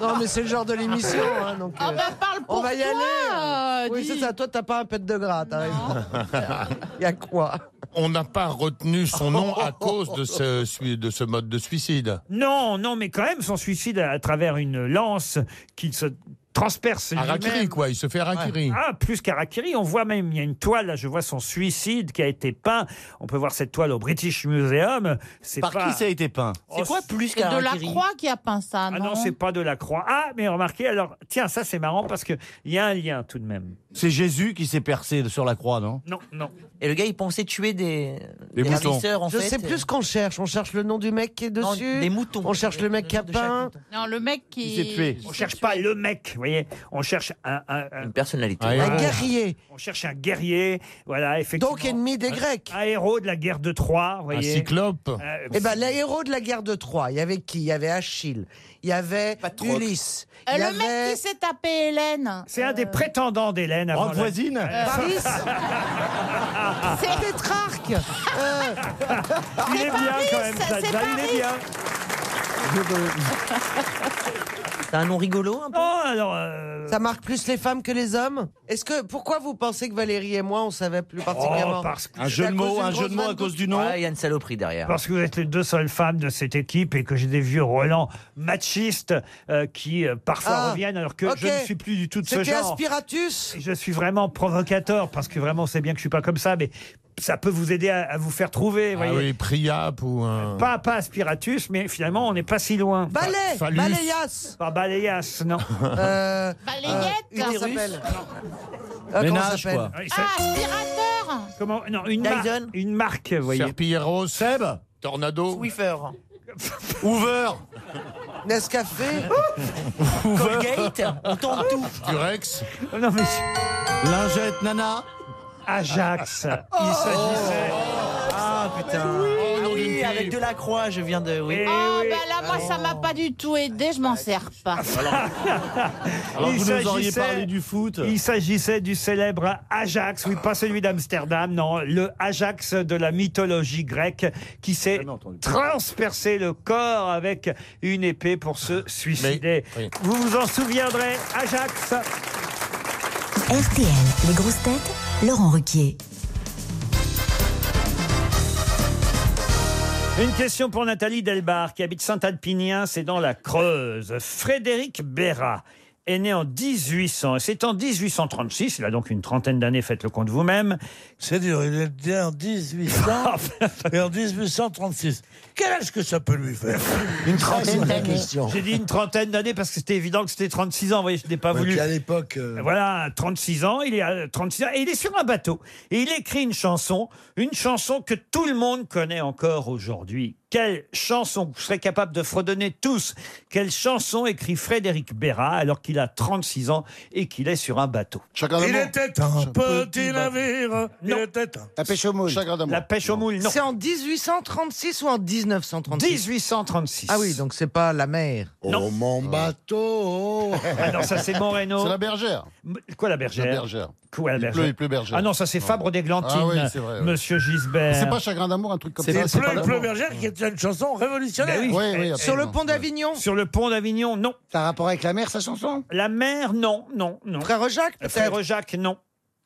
Non, mais c'est le genre de l'émission. hein, donc, Ah euh, bah, parle on pour va y toi, euh, aller. oui, dis. c'est ça. Toi, t'as pas un pet de gras. t'arrives. Il y a quoi On n'a pas retenu son nom à cause de ce, sui- de ce mode de suicide. Non, non, mais quand même, son suicide à travers une lance qu'il se transperce. Harakiri, lui-même. quoi, il se fait harakiri. Ouais. Ah, plus qu'Arakiri, on voit même, il y a une toile, là, je vois son suicide qui a été peint. On peut voir cette toile au British Museum. C'est Par pas- qui ça a été peint Oh, C'est De la Croix qui a peint ça, non Ah non, c'est pas de la croix. Ah, mais remarquez, alors, tiens, ça c'est marrant parce qu'il y a un lien tout de même. C'est Jésus qui s'est percé sur la croix, non Non, non. Et le gars, il pensait tuer des, Des moutons. ravisseurs, en Je fait. sais plus ce qu'on cherche. On cherche le nom du mec qui est Non, dessus. des moutons. On cherche le mec qui a peint. Non, le mec qui. On cherche pas le mec, vous voyez. On cherche un, une personnalité. Un héros. guerrier. On cherche un guerrier, voilà, effectivement. Donc ennemi des Un- Grecs. Un héros de la guerre de Troie, vous voyez. Euh, Eh ben, les héros de la guerre de Troie, il y avait qui Il y avait Achille, il y avait Ulysse. Euh, il y le avait- mec qui s'est tapé Hélène. C'est un des prétendants d'Hélène. Oh, avant la- voisine. Euh, Paris. C'est Euh, Pétrarque. Il est bien quand même, ça, c'est Zaza, il est bien. T'as un nom rigolo un peu Oh, alors. Ça marque plus les femmes que les hommes Est-ce que. Pourquoi vous pensez que Valérie et moi, on savait plus particulièrement Un jeu de mots, un jeu de mots à cause du nom. Ah, il y a une saloperie derrière. Parce que vous êtes les deux seules femmes de cette équipe et que j'ai des vieux Roland machistes euh, qui euh, parfois Ah, reviennent alors que ok. je ne suis plus du tout de ce C'était genre. Aspiratus Je suis vraiment provocateur parce que vraiment, c'est bien que je suis pas comme ça, mais ça peut vous aider à, à vous faire trouver. Ah voyez. oui, Priap ou un. Pas, pas Aspiratus, mais finalement, on n'est pas si loin. Balai Phallus. Balayas Pas Balayas, non. euh, Balayette. euh, utérus. Comment ça s'appelle Ah, Euh, comment Ménage, ça s'appelle quoi. Oui, c'est- Aspirateur. Comment Non, une, mar- une marque, vous voyez. Serpillero, Seb, Tornado, Swiffer. Hoover, Nescafé. Colgate, on tente tout. Durex. Non, mais... Lingette, nana. Ajax. Il s'agissait. Oh. Ah putain. Ah oui, avec de la croix, je viens de. Eh Eh Oui. Oh, ben là, Ah moi, ça m'a pas du tout aidé, je m'en sers pas. Alors, vous nous auriez s'agissait- parlé du foot. Il s'agissait du célèbre Ajax, oui, pas celui d'Amsterdam, non, le Ajax de la mythologie grecque qui s'est transpercé le corps avec une épée pour se suicider. Vous vous en souviendrez, Ajax. RTL, les grosses têtes, Laurent Ruquier. Une question pour Nathalie Delbar qui habite Saint-Alpinien, c'est dans la Creuse. Frédéric Béra est né en 1800. Et C'est en 1836, il a donc une trentaine d'années, faites le compte vous-même. C'est dur, il est né en 1800 et en 1836. Quel âge que ça peut lui faire Une trentaine d'années. J'ai dit une trentaine d'années parce que c'était évident que c'était 36 ans. Vous voyez, je n'ai pas Ouais, voulu. puis à l'époque, euh, Voilà, 36 ans, il est à 36 ans, et il est sur un bateau. Et il écrit une chanson, une chanson que tout le monde connaît encore aujourd'hui. Quelle chanson que vous serez capable de fredonner tous Quelle chanson écrit Frédéric Béra alors qu'il a 36 ans et qu'il est sur un bateau Il était un petit navire. Il était un... La pêche aux moules. La pêche aux moules, non. C'est en 1836 ou en 1936 1836. Ah oui, donc c'est pas la mer. Oh. Non. mon bateau Ah non, ça c'est Moreno. C'est la bergère. Quoi la bergère La bergère. Quoi la bergère pleut, il pleut bergère. Ah non, ça c'est Fabre d'Églantine, Ah oui, c'est vrai, ouais. monsieur Gisbert. C'est pas Chagrin d'amour, un truc comme C'est ça. Pleu- Pleu- Bergère qui est une chanson révolutionnaire. Eh, Ben oui. Sur le pont d'Avignon Sur le pont d'Avignon, non. Ça a rapport avec la mer, sa chanson La mer, non, non, non. Frère Jacques, peut-être Frère Jacques, non.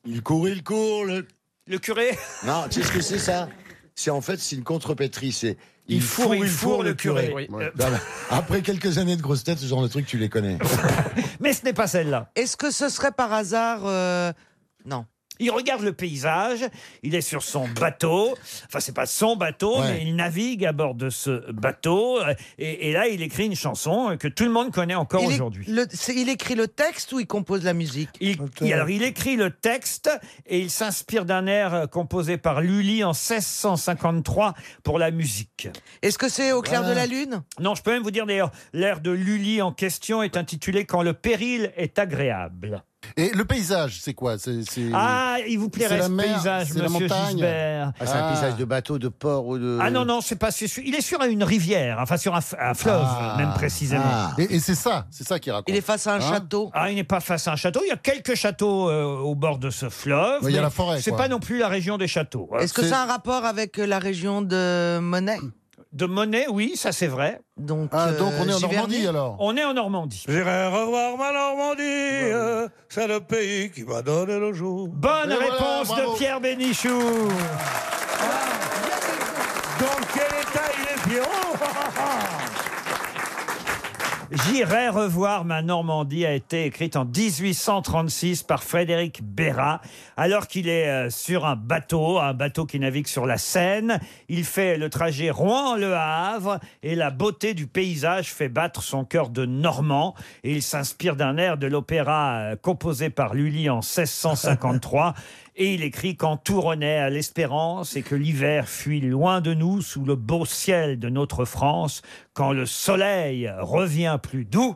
Il court, il court. Le, le curé Non, tu sais ce que c'est ça C'est en fait, c'est une contrepétrie. C'est. Il, fourre, il fourre le curé. Oui. Euh, Voilà. Après quelques années de grosse tête, ce genre de truc, tu les connais. Mais ce n'est pas celle-là. Est-ce que ce serait par hasard euh, Non. Il regarde le paysage, il est sur son bateau, enfin c'est pas son bateau, mais il navigue à bord de ce bateau, euh, et, et là il écrit une chanson euh, que tout le monde connaît encore Il, est- aujourd'hui. le- c'est- il écrit le texte ou il compose la musique Il, Et alors il écrit le texte et il s'inspire d'un air euh, composé par Lully en 1653 pour la musique. Est-ce que c'est au clair de la lune Non, je peux même vous dire d'ailleurs, l'air de Lully en question est intitulé Quand le péril est agréable. Et le paysage, c'est quoi C'est c'est- Ah, il vous plairait c'est la ce mer, paysage, c'est la monsieur montagne. Gisbert. Ah, c'est un Ah. paysage de bateau, de port ou de. Ah non, non, c'est pas c'est sûr. Il est sur une rivière, enfin sur un, f- un fleuve, Ah. même précisément. Ah. Et, et c'est ça, c'est ça qui raconte. Il est face à un Hein château. Ah, il n'est pas face à un château. Il y a quelques châteaux euh, au bord de ce fleuve. Ouais, il y a mais la forêt, C'est quoi. pas non plus la région des châteaux. hein. Est-ce que ça a un rapport avec euh, la région de Monet De Monet, oui, ça c'est vrai. Donc, euh, Ah, donc on est en Normandie alors On est en Normandie. J'irai revoir ma Normandie, c'est le pays qui m'a donné le jour. Bonne réponse de Pierre Bénichou. Ah, Donc quel état il est J'irai revoir ma Normandie a été écrite en 1836 par Frédéric Béra. Alors qu'il est euh, sur un bateau, un bateau qui navigue sur la Seine, il fait le trajet Rouen-Le Havre et la beauté du paysage fait battre son cœur de Normand. Et il s'inspire d'un air de l'opéra euh, composé par Lully en 1653. Et il écrit quand tout renaît à l'espérance et que l'hiver fuit loin de nous sous le beau ciel de notre France, quand le soleil revient plus doux,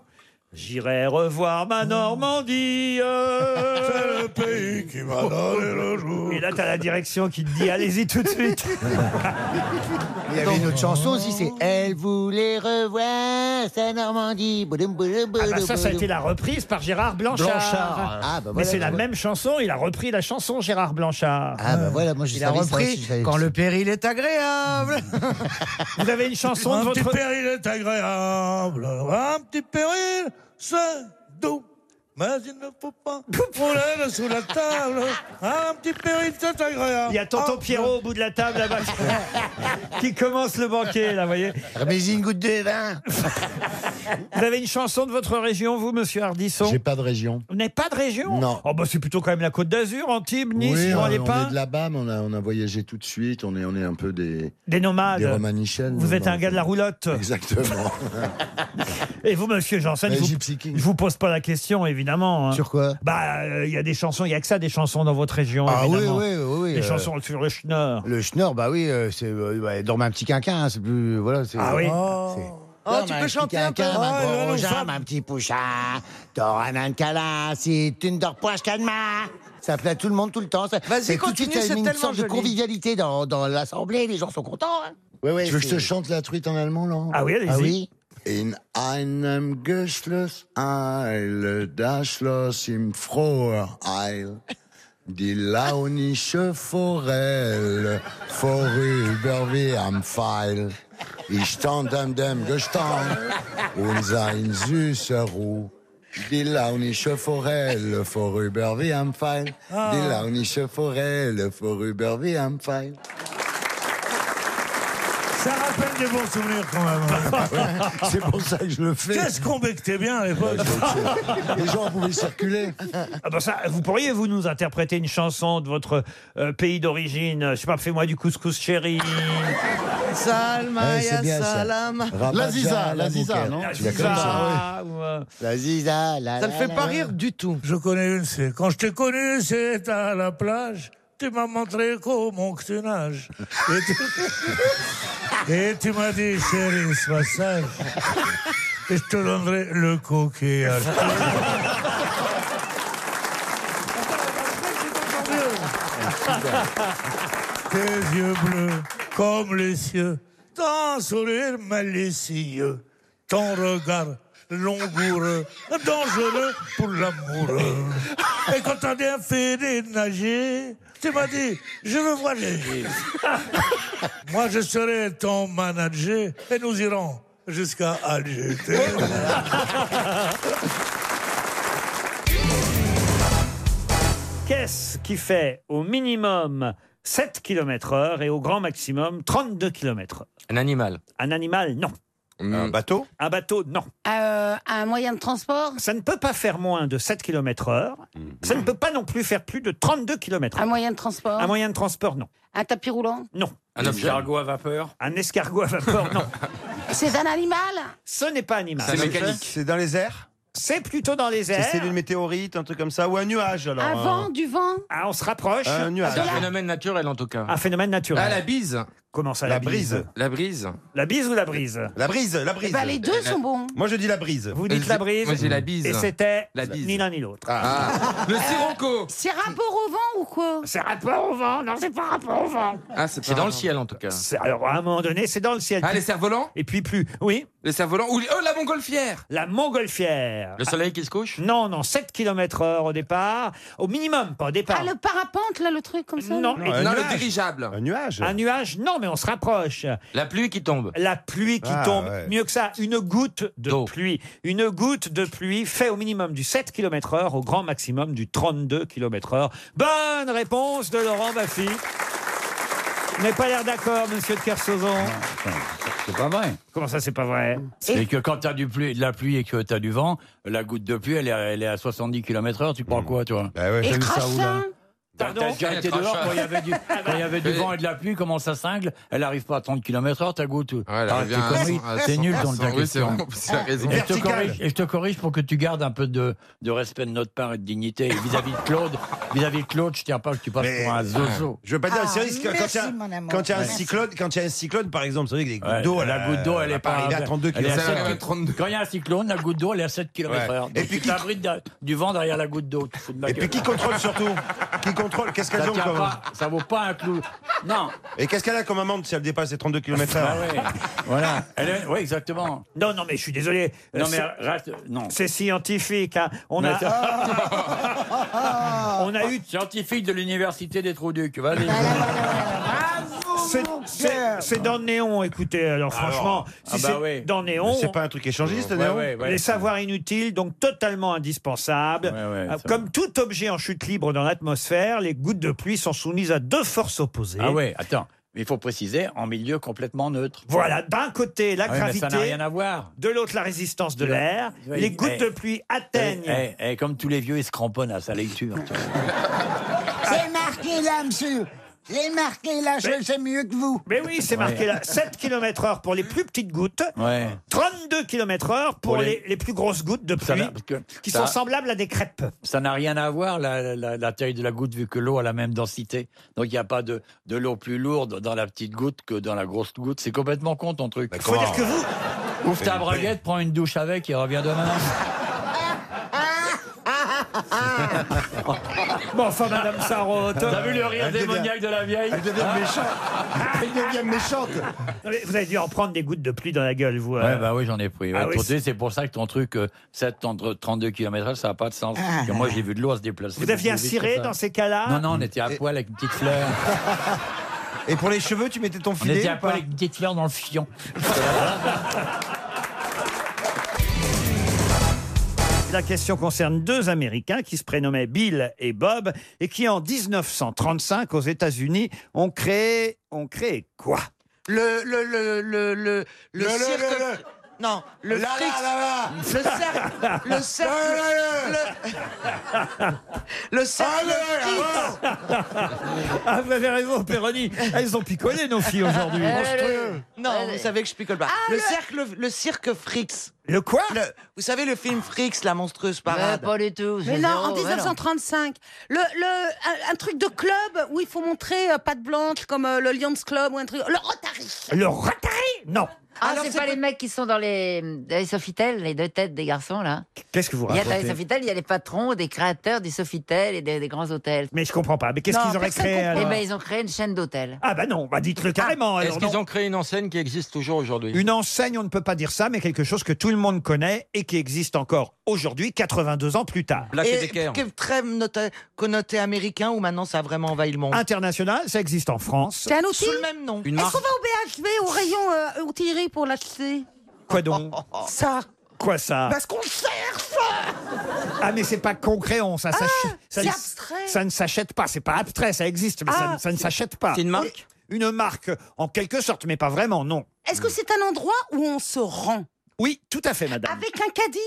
j'irai revoir ma Normandie. Mmh. C'est le pays qui m'a donné le jour. Et là, t'as la direction qui te dit allez-y tout de suite. Il y avait une autre chanson aussi, c'est Elle voulait revoir sa Normandie. Boudoum, boudoum, Ah bah ça, ça a boudoum. été la reprise par Gérard Blanchard. Blanchard. Ah bah Mais voilà, c'est la voilà. même chanson, il a repris la chanson Gérard Blanchard. Ah bah voilà, moi je Il a savais ça aussi, repris je savais quand ça. le péril est agréable. Vous avez une chanson de Un petit votre... péril est agréable, un petit péril, c'est doux. Mais il ne faut pas rouler le sous la table. Un petit péril, c'est agréable. Ah, Il y a tonton Pierrot au bout Oh, de la table là-bas qui commence le banquet, là, vous voyez. Remettez une goutte de vin. Vous avez une chanson de votre région, vous, monsieur Hardisson J'ai pas de région. Vous n'avez pas de région Non. Oh, bah c'est plutôt quand même la Côte d'Azur, Antibes, Nice, oui, vous on, allez on pas est de là-bas, mais on a, on a voyagé tout de suite. On est, on est un peu des, Des nomades. des romanichels. Vous êtes un gars de la roulotte. Exactement. Et vous, monsieur Janssen, Ouais, je vous, Bah, Gypsy King. je vous pose pas la question, évidemment. hein. Sur quoi Bah, euh, il y a des chansons, il y a que ça, des chansons dans votre région. Ah oui, évidemment. oui, oui, oui, Des euh, chansons sur le schnorr. Le schnorr, bah oui, euh, c'est euh, ouais, dormir un petit quinquin, hein, c'est plus voilà. c'est- euh, Ah oui. c'est- Oh, tu peux chanter un peu. un Oh, gros non, rougeard, ça- un petit pouchin, t'auras un cala, si tu ne dors pas, je calme. Ça plaît à tout le monde tout le temps. ça- Vas-y, c'est tout de suite, continue, il y a c'est une tellement sorte de joli. convivialité dans, dans l'assemblée, les gens sont contents. hein. tu veux que je te chante la truite en allemand, là Ah oui, allez-y. In einem Geschloss Eil, da schloss im Frohe Eil. Die launische Forelle vorüber wie am Pfeil. Ich stand an dem Gestand und sah in süßer Ruhe. Die launische Forelle vorüber wie am Pfeil. Ah. Die launische Forelle vorüber wie am Pfeil. Ça rappelle rappelle des bons souvenirs quand même. C'est pour ça que je le fais. Qu'est-ce qu'on becquetait bien hein. à l'époque Les gens pouvaient circuler. Ah ben ça, vous pourriez vous nous interpréter une chanson de votre euh, pays d'origine. Je sais pas, fais-moi du couscous chéri. Salma Ouais, c'est ya bien, ça. salama. Rabat- Ziza, la Ziza, non La Tu la connais, ça, Ziza, ou, euh, La Ziza, Ça le fait pas rire du tout. Je connais une, c'est quand je t'ai connu, c'était à la plage. Tu m'as montré comment que tu nages. Et tu, et tu m'as dit, chérie, sois sage. Et je te donnerai le coquillage. Tes yeux bleus comme les cieux, ton sourire malicieux, ton regard langoureux, dangereux pour l'amoureux. Et quand t'as bien fait de nager, tu m'as dit, je le vois léger. Moi, je serai ton manager et nous irons jusqu'à Alger. Qu'est-ce qui fait au minimum 7 km heure et au grand maximum 32 km Un animal. Un animal, non. Un bateau Un bateau, non. Euh, un moyen de transport Ça ne peut pas faire moins de 7 km heure. Ça ne peut pas non plus faire plus de 32 km Un heure. moyen de transport Un moyen de transport, non. Un tapis roulant Non. Un escargot à vapeur Un escargot à vapeur, non. C'est un animal Ce n'est pas animal. C'est mécanique. C'est dans les airs C'est plutôt dans les airs. C'est une météorite, un truc comme ça, ou un nuage alors. hein. Un vent, du vent Ah, on se rapproche. Un nuage. C'est un phénomène naturel en tout cas. Un phénomène naturel. Ah, la bise. Comment ça, La brise. La brise. La bise ou la brise La brise, la brise. bah, les deux La- sont bons. Moi je dis la brise. Vous dites la brise. Moi, j'ai la bise. Et c'était La bise. Ah. ni l'un ni l'autre. Ah. Le sirocco. C'est rapport au vent ou quoi C'est rapport au vent, non, c'est pas rapport au vent. Ah, c'est dans le ciel en tout cas. C'est- Alors, à un moment donné, c'est dans le ciel. Ah, les cerfs-volants Et puis plus, oui, Les cerfs-volants ou les- Oh, la montgolfière la montgolfière. Ah, Le soleil qui se couche Non, non, 7 km heure au départ. Au minimum, pas au départ. Ah, le parapente, là, le truc comme ça Non, Oh, et- un Non, nuage. le dirigeable. Un nuage. un nuage, non, mais on se rapproche. La pluie qui tombe. La pluie qui Ah, tombe, ouais. mieux que ça, une goutte de D'eau. pluie. Une goutte de pluie fait au minimum du 7 km heure, au grand maximum du 32 km heure. Bonne réponse de Laurent Baffy. Vous n'avez pas l'air d'accord, monsieur de Kersauzon. C'est pas vrai. Comment ça, c'est pas vrai Et- Et que quand t'as du pluie, de la pluie et que t'as du vent, la goutte de pluie, elle est, à- elle est à 70 km heure, tu prends quoi, toi Eh Bah ouais. Et crache ça T'as Pardon t'as déjà été Elle crache. dehors quand il y avait du, Ah quand il y avait du Elle- vent et de la pluie, comment ça cingle Elle arrive pas à 30 km heure, ta goutte. elle Arrête revient tes à conneries, 100, à C'est 100, nul dans ta Oui, c'est question. vraiment- c'est raison. Et je, te Vertical. corrige, et je te corrige pour que tu gardes un peu de, de respect de notre part et de dignité. Et Vis-à-vis de Claude, vis-à-vis de Claude, je tiens pas que tu passes Mais- pour un zozo. Je veux pas dire, Ah, c'est risque quand merci, il y a- mon amour. quand il y a un Merci. cyclone, quand il y a un cyclone par exemple, vous savez que les Ouais, gouttes d'eau, la elle a- goutte d'eau, elle est pas arrivée à 32 elle est à km. sept Elle est à kilomètres. 32. Quand il y a un cyclone, la goutte d'eau, elle est à 7 km heure. Ouais. Et Et puis puis qui- tu t'abrites d'un- du vent derrière la goutte d'eau. Tu te fous de ma Et puis gueule. qui contrôle surtout Qui contrôle Qu'est-ce ça, qu'elles ont tient comme pas, ça vaut pas un clou. Non. Et qu'est-ce qu'elle a comme amende si elle dépasse les 32 Ah km/h ouais. Voilà. Elle est- ouais, exactement. Non, non, mais je suis désolé. Non, Euh, mais c'est- reste. Non. C'est scientifique. hein. On, Mais a, ça- on a eu. Scientifique de l'université des Trous-Ducs. Vas-y. Ah, C'est- C'est c'est dans Néon, écoutez. Alors, franchement, si ah bah c'est oui. dans Néon. C'est pas un truc échangiste, Ouais, non ouais, ouais. Les savoirs inutiles, donc totalement indispensables. Ouais, ouais, Euh, ça va. Comme tout objet en chute libre dans l'atmosphère, les gouttes de pluie sont soumises à deux forces opposées. Ah ouais, attends. Mais il faut préciser, en milieu complètement neutre. Voilà, d'un côté la Ah ouais, mais gravité, ça n'a rien à voir. de l'autre la résistance de Tu vois, l'air. tu vois, Les il- gouttes eh, de pluie atteignent. Eh, eh, eh, comme tous les vieux, ils se cramponnent à sa lecture. tu vois. C'est marqué là, monsieur. C'est marqué là, je sais mieux que vous. Mais oui, c'est marqué Ouais. là. 7 km heure pour les plus petites gouttes. Ouais. 32 km heure pour Pour les, les- les plus grosses gouttes de Ça pluie n'a- parce que qui ça- sont semblables à des crêpes. Ça n'a rien à voir, la, la- la taille de la goutte, vu que l'eau a la même densité. Donc il n'y a pas de, de l'eau plus lourde dans la petite goutte que dans la grosse goutte. C'est complètement con, ton truc. Faut dire que vous, Ouvre ta braguette, prends une douche avec et reviens demain. bon, enfin, Madame Sarraute, T'as vu le rire démoniaque de la vieille Elle devient méchante. Elle devient méchante. Ah. non, mais vous avez dû en prendre des gouttes de pluie dans la gueule, vous. euh. Ouais, bah oui, j'en ai pris. ouais. Ah oui, Pour te c'est- dire, c'est pour ça que ton truc, euh, 7, entre 32 km/h, ça n'a pas de sens. Parce que moi, j'ai vu de l'eau se déplacer. Ah. vous aviez un beaucoup vite ciré comme ça. dans ces cas-là Non, non, on était à poil avec une petite fleur. Et pour les cheveux, tu mettais ton On filet était à ou poil pas avec une petite fleur dans le fion. La question concerne deux Américains qui se prénommaient Bill et Bob et qui, en 1935, aux États-Unis, ont créé, ont créé quoi le le le le le Le, le, cirque. le, le. Non, le Là, là, fric- là, là. le cercle, le cercle, Là, là, le, le cercle. Ah, vous avez raison, Péroni. Elles ont picolé, nos filles, aujourd'hui. Euh, le- Non, vous savez que je picole pas. le, cercle, le cirque Frix. Le quoi Vous savez le film Frix, la monstrueuse parade. pas du tout. c'est Mais non, zéro, en ouais, non. 1935, le, le, un, un truc de club où il faut montrer euh, patte blanche comme euh, le Lions Club ou un truc. Le Rotary. Le Rotary Non. Ah, Ah, Alors, c'est c'est pas pas- les mecs qui sont dans les, dans les Sofitel, les deux têtes des garçons, là. Qu'est-ce que vous Il y a dans les racontez Sofitel, il y a les patrons des créateurs des Sofitel et des, des grands hôtels. Mais je comprends pas. Ah, Mais qu'est-ce qu'ils auraient créé Eh alors ben, ils ont créé une chaîne d'hôtels. Ah bah non, bah dites-le carrément. Ah, Est-ce alors, qu'ils non. ont créé une enseigne qui existe toujours aujourd'hui Une enseigne, on ne peut pas dire ça, mais quelque chose que tout le monde connaît et qui existe encore aujourd'hui, 82 ans plus tard. Et qui est très nota- connoté américain où maintenant ça a vraiment envahi le monde. International, ça existe en France. C'est un outil Sous le même nom. Une Est-ce marque. qu'on va au BHV, au rayon euh, outillerie pour l'acheter Quoi donc Oh, Ça. Quoi ça Parce qu'on cherche Ah mais c'est pas concret, on, ça, s'ach- ça, Ah, c'est ne- abstrait. Ah. ça ne s'achète pas, c'est pas abstrait, ça existe, mais ça ne- ça, ne s'achète pas. C'est une marque Une marque, en quelque sorte, mais pas vraiment, non. Est-ce que c'est un endroit où on se rend Oui, tout à fait, madame. Avec un caddie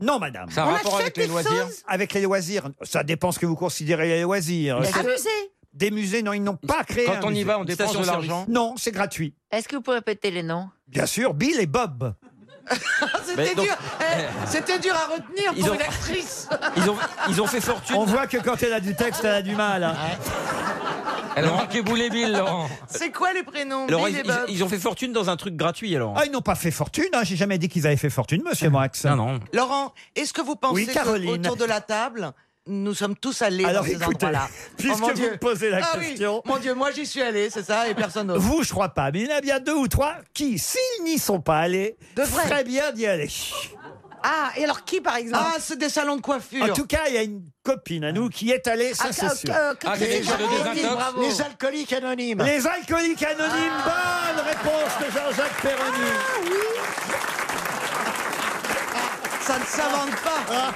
Non, madame. Ça a un On rapport achète avec les des loisirs choses Avec les loisirs, ça dépend ce que vous considérez les loisirs. Un C'est- musée Des musées, non, ils n'ont pas créé Quand un on y musée. va, on Une dépense de station-service. l'argent Non, c'est gratuit. Est-ce que vous pouvez répéter les noms Bien sûr, Bill et Bob. C'était donc- dur. Eh, C'était dur à retenir Ils pour ont- une actrice. Ils ont, fait fortune. On voit que quand elle a du texte, elle a du mal. hein. Elle a manqué boulet Bill, Laurent. C'est quoi les prénoms Alors, Bill ils, et Bob. ils- ils ont fait fortune dans un truc gratuit, alors. Ah, ils n'ont pas fait fortune. Hein. J'ai jamais dit qu'ils avaient fait fortune, monsieur Max. Non, non. Laurent, est-ce que vous pensez Oui, Caroline. qu'autour de la table, nous sommes tous allés Alors, dans ces écoutez, endroits-là puisque mon vous Dieu. me posez la Ah oui, question. Mon Dieu, moi j'y suis allé, c'est ça, et personne d'autre. Vous, je crois pas. Mais il y en a bien deux ou trois qui, s'ils n'y sont pas allés, vrai. très bien d'y aller. Ah, et alors qui par exemple Ah, c'est des salons de coiffure. En tout cas, il y a une copine à nous qui est allée, ça Ah, c'est euh, sûr. euh, Ah, Christine Christine Bravo, Bravo, Christine Bravo. Les alcooliques anonymes. Les alcooliques anonymes, bonne réponse de Jean-Jacques Perroni. Ah, Ça ne s'invente Ah.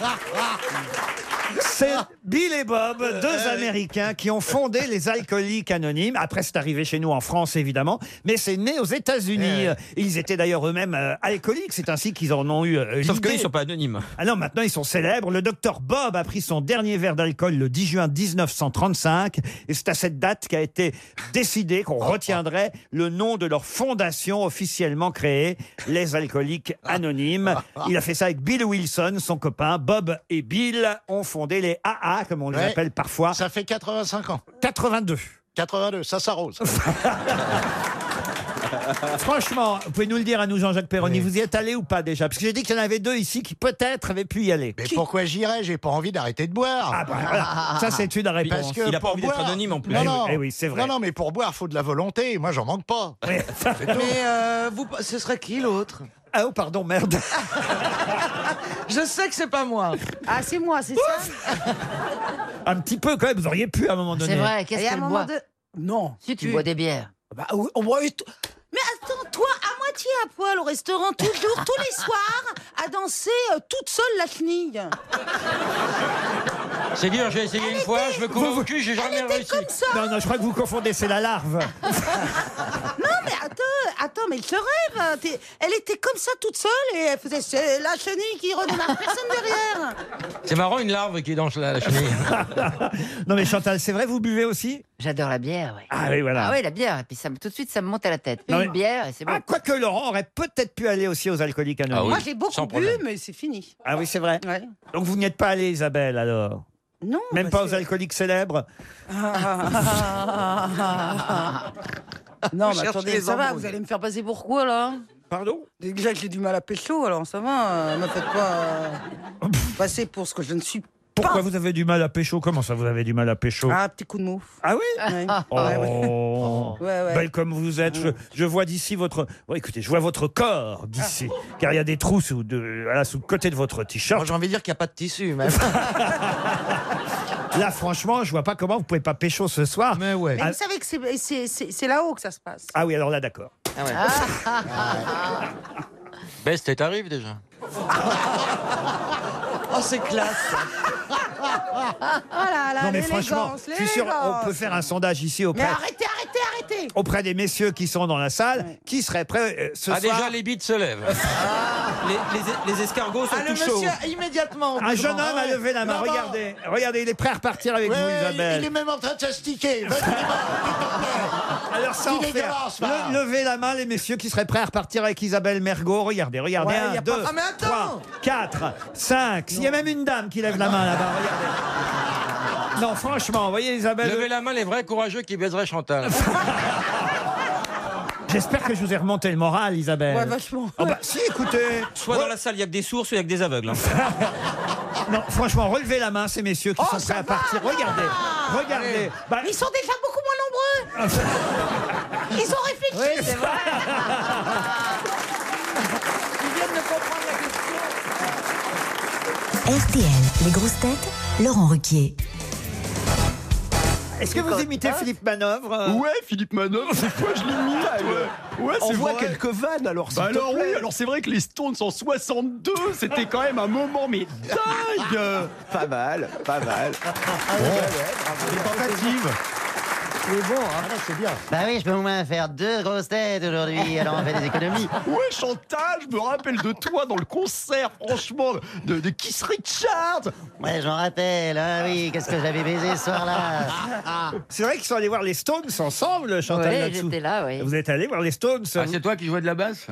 pas. C'est Bill et Bob, Euh, deux Américains qui ont fondé les Alcooliques Anonymes. Après, c'est arrivé chez nous en France, évidemment, mais c'est né aux États-Unis. Euh. Ils étaient d'ailleurs eux-mêmes euh, alcooliques. C'est ainsi qu'ils en ont eu. euh, Sauf l'idée. qu'ils ne sont pas anonymes. Ah non, maintenant ils sont célèbres. Le docteur Bob a pris son dernier verre d'alcool le 10 juin 1935. Et c'est à cette date qu'a été décidé qu'on retiendrait le nom de leur fondation officiellement créée, les Alcooliques Anonymes. Il a fait ça avec Bill Wilson, son copain. Bob et Bill ont fondé les AA, comme on les Ouais. appelle parfois. Ça fait 85 ans. 82. 82, ça s'arrose. Franchement, vous pouvez nous le dire à nous, Jean-Jacques Perroni, vous y êtes allé ou pas déjà Parce que j'ai dit qu'il y en avait deux ici qui peut-être avaient pu y aller. Mais pourquoi j'irais J'ai pas envie d'arrêter de boire. Ah bah voilà. Ça, c'est une réponse. Parce que Il a pas pour envie d'être boire- anonyme, en plus. Non, Eh oui, non. eh oui, c'est vrai. Non, non, mais pour boire, faut de la volonté. Moi, j'en manque pas. Mais euh, vous, ce serait qui l'autre Ah oh, pardon, merde. Je sais que c'est pas moi. Ah, c'est moi, c'est ça Un petit peu quand même, vous auriez pu à un moment donné. C'est vrai, qu'est-ce Et à un qu'elle moment boit de- Non. Si tu bois des bières. Bah, oui, on boit. Mais attends, toi, à moitié à poil au restaurant, tout le jour, tous les soirs, à danser euh, toute seule la chenille. C'est dur, j'ai essayé une fois, je me coupe Vous- au cul, j'ai jamais réussi. Non, non, je crois que vous confondez, c'est la larve. Non, mais attends, attends, mais il se rêve. hein, t'es- Elle était comme ça toute seule et elle faisait c'est la chenille qui redémarre, personne derrière. C'est marrant, une larve qui est dans la, la chenille. non, mais Chantal, c'est vrai, vous buvez aussi J'adore la bière, oui. Ah oui, voilà. Ah oui, la bière, et puis ça, me- tout de suite, ça me monte à la tête. Non, Une mais- bière, et c'est bon. Ah, quoique Laurent aurait peut-être pu aller aussi aux Alcooliques Anonymes. Moi, j'ai beaucoup bu, mais c'est fini. Ah oui, c'est vrai. Donc vous n'y êtes pas allée, Isabelle, alors Non. Même pas aux Alcooliques célèbres Non, Vous mais cherchez attendez, les ça va, embrouilles. vous allez me faire passer pour quoi, là Pardon Déjà que j'ai du mal à pécho, alors ça va, euh, me faites pas euh, passer pour ce que je ne suis pas. Oh, Pourquoi vous avez du mal à pécho Comment ça, vous avez du mal à pécho Ah, petit coup de mouf. Ah oui Ouais. Oh, Ouais, ouais. Ouais, ouais. Belle comme vous êtes, je, je vois d'ici votre. oh, écoutez, je vois votre corps d'ici, car il y a des trous sous, de, voilà, sous le côté de votre t-shirt. J'ai envie de dire qu'il n'y a pas de tissu, même. Là, franchement, je vois pas comment vous pouvez pas pécho ce soir. Mais ouais. Mais Ah, vous savez que c'est- c'est c'est- c'est là-haut que ça se passe. Ah. ah oui, alors là, d'accord. Best t'es arrive déjà. Oh, c'est classe. Ah là là, non mais franchement, Ah l'élégance, je suis sûr, on peut l'élégance. faire un sondage ici Mais auprès. arrêtez, arrêtez, arrêtez oui. auprès des messieurs qui sont dans la salle, qui seraient prêts euh, ce Ah, soir. Ah. déjà, les bites se lèvent. les, les- les escargots sont Ah, le tout chauds. monsieur, immédiatement. Un jeune homme a levé la main. Maman. Regardez, regardez, il est prêt à repartir avec Ouais, vous, Euh, il- Isabelle. il est même en train de s'astiquer. Alors Ça en fait. Le- levez la main, les messieurs qui seraient prêts à repartir avec Isabelle Mergot. Regardez, regardez. Ouais, y 1, a pas- 2, Ah, mais attends 3, 4, 5. Il y a même une dame qui lève la main là-bas. Regardez. Non, franchement, vous voyez, Isabelle. euh, Levez la main les vrais courageux qui baiseraient Chantal. J'espère que je vous ai remonté le moral, Isabelle. Ouais, vachement. Ah bah, si, écoutez. Soit dans la salle, il y a que des sourds, soit il y a que des aveugles. hein. Non, franchement, relevez la main, ces messieurs qui sont prêts à partir. Regardez, regardez. Bah, Ils sont déjà beaucoup moins nombreux. Ils ont réfléchi. Oui, c'est vrai. Ils viennent de comprendre la question. RTL, les grosses têtes, Laurent Ruquier. Est-ce que vous imitez Philippe Manœuvre euh Ouais, Philippe Manœuvre, c'est quoi je l'imite ouais. Ouais, c'est Envoie vrai. quelques vannes, alors, s'il Bah te alors plaît. oui, alors c'est vrai que les Stones en 62, c'était quand même un moment mais dingue. Pas mal, pas mal. tentative. Mais bon, hein. Ah c'est bien. Bah oui, je peux au moins faire deux grosses têtes aujourd'hui, alors on fait des économies. Ouais, Chantal, je me rappelle de toi dans le concert, franchement, de, de Kiss Richard. Ouais, j'en rappelle, ah oui, qu'est-ce que j'avais baisé ce Ah, soir-là C'est vrai qu'ils sont allés voir les Stones ensemble, Chantal. Ouais, là-dessous. j'étais là, ouais. Vous êtes allés voir les Stones. Ah, c'est toi qui jouais de la basse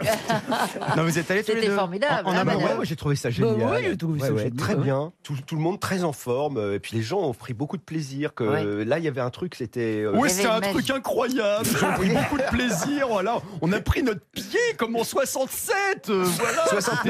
Non, vous êtes allés tous les C'était deux. formidable, En, en hein, amont. madame. Ouais, ouais, j'ai trouvé ça Bah génial. oui, j'ai trouvé ça Ouais, ouais, génial, Très ouais. bien. Tout, tout le monde très en forme. euh, Et puis les gens ont pris beaucoup de plaisir. Que Ouais. euh, là, il y avait un truc, c'était. euh, Ouais, c'était un truc incroyable. J'ai pris beaucoup de plaisir. Voilà, on a pris notre pied comme en 67. euh, voilà, 69,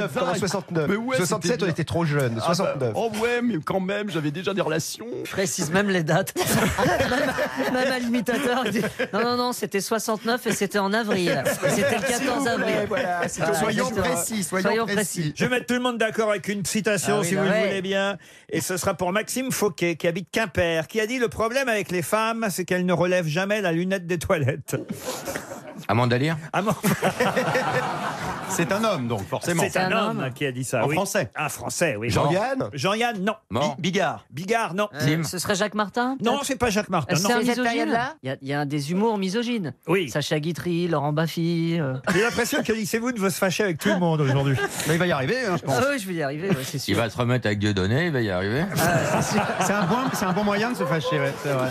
c'était comme en dingue. 69. Mais ouais, 67, c'était on bien. était trop jeunes. Ah bah, 69. oh ouais, mais quand même, j'avais déjà des relations. Je précise même les dates. Ah, même, même à l'imitateur. il dit, Non, non, non, c'était 69 et c'était en avril. Et C'était le S'il vous 14 plaît, avril. voilà, c'était- Soyons précis, soyons Soyons précis. précis. Je vais mettre tout le monde d'accord avec une citation, Ah oui, si bah vous le ouais. voulez bien. Et ce sera pour Maxime Fauquet, qui habite Quimper, qui a dit Le problème avec les femmes, c'est qu'elles ne relèvent jamais la lunette des toilettes. Amanda Lear Ah C'est un homme, donc, forcément. C'est un, homme, qui a dit ça. En oui. français. Un français, oui. Jean-Yann Jean-Yann, non. Bigard. Bigard, non. Euh, ce serait Jacques Martin Euh, Non, c'est pas Jacques Martin. C'est non. un misogyne Il y a- il y, a un des humours misogynes. Oui. Sacha Guitry, Laurent Baffy. euh. J'ai l'impression que Lycéwood veut se fâcher avec tout le monde aujourd'hui. Mais il va y arriver, hein, je pense. Ah oui, je vais y arriver, ouais, c'est Il sûr. va se remettre avec Dieudonné, il va y arriver. Ah. C'est un, bon, c'est un bon moyen de se fâcher, ouais, c'est vrai.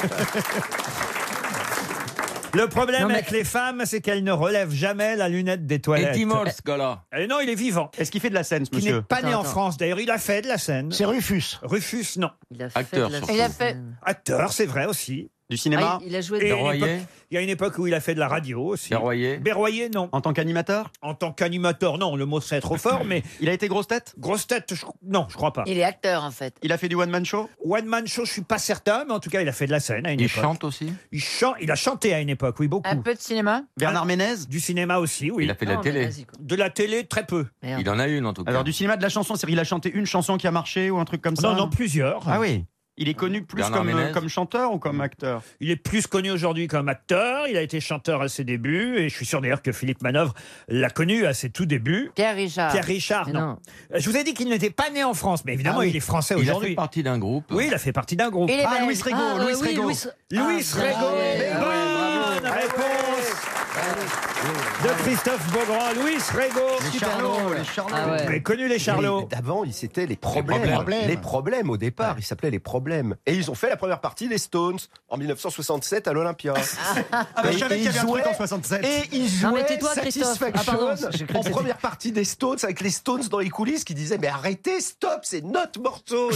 Le problème Non, mais- avec les femmes, c'est qu'elles ne relèvent jamais la lunette des toilettes. Et mort ce gars-là Eh non, il est vivant. Est-ce qu'il fait de la scène, ce Qui n'est monsieur pas né Attends, en attends. France d'ailleurs, il a fait de la scène. C'est Rufus. Rufus, non. Acteur, surtout. Il a fait- Acteur, c'est vrai aussi. Du cinéma Ah, il- il a joué Et dans- une Berroyer. époque- Il y a une époque où il a fait de la radio aussi. Berroyer. Berroyer, non. En tant qu'animateur En tant qu'animateur, non, le mot serait trop fort, mais. Il a été grosse tête Grosse tête, je- non, je crois pas. Il est acteur, en fait. Il a fait du one-man show One Man Show, je suis pas certain, mais en tout cas, il a fait de la scène à une Il époque. chante aussi Il, chante, il a chanté à une époque, oui, beaucoup. Un peu de cinéma Bernard Ménez Du cinéma aussi, oui. Il a fait de la Non, mais télé. vas-y, quoi. De la télé, très peu. Il en a une en tout cas. Alors, du cinéma, de la chanson, c'est-à-dire il a chanté une chanson qui a marché ou un truc comme ça Non, non, plusieurs. Ah oui Il est connu plus Bernard comme, euh, Ménez. comme chanteur ou comme acteur Il est plus connu aujourd'hui comme acteur. Il a été chanteur à ses débuts. Et je suis sûr d'ailleurs que Philippe Manœuvre l'a connu à ses tout débuts. Pierre Richard. Pierre Richard, Mais non. non. Euh, Je vous ai dit qu'il n'était pas né en France, mais évidemment, Ah oui. il est français Il a fait aujourd'hui. partie d'un groupe. Oui, il a fait partie d'un groupe. Il est belge. Louis Rego, Ah, Louis euh, oui, Rego. Louis Ah, Rego. ouais, ouais, Bonne bravo. réponse de Christophe Beaugrand. Louis Rego. Les Super Charlots, drôle. les Charlots. Ah ouais. Vous avez connu les Charlots. Mais D'avant, ils- c'était les problèmes. problèmes. Les problèmes au départ, ils s'appelaient les problèmes. Et ils ont fait la première partie des Stones en 1967 à l'Olympia. ah bah, je savais qu'il y avait un truc en 67. Et ils Non, mais jouaient tais-toi, Christophe. Satisfaction Ah, pardon, j'ai cru que en c'était- première partie des Stones avec les Stones dans les coulisses qui disaient mais arrêtez, stop, c'est notre morceau.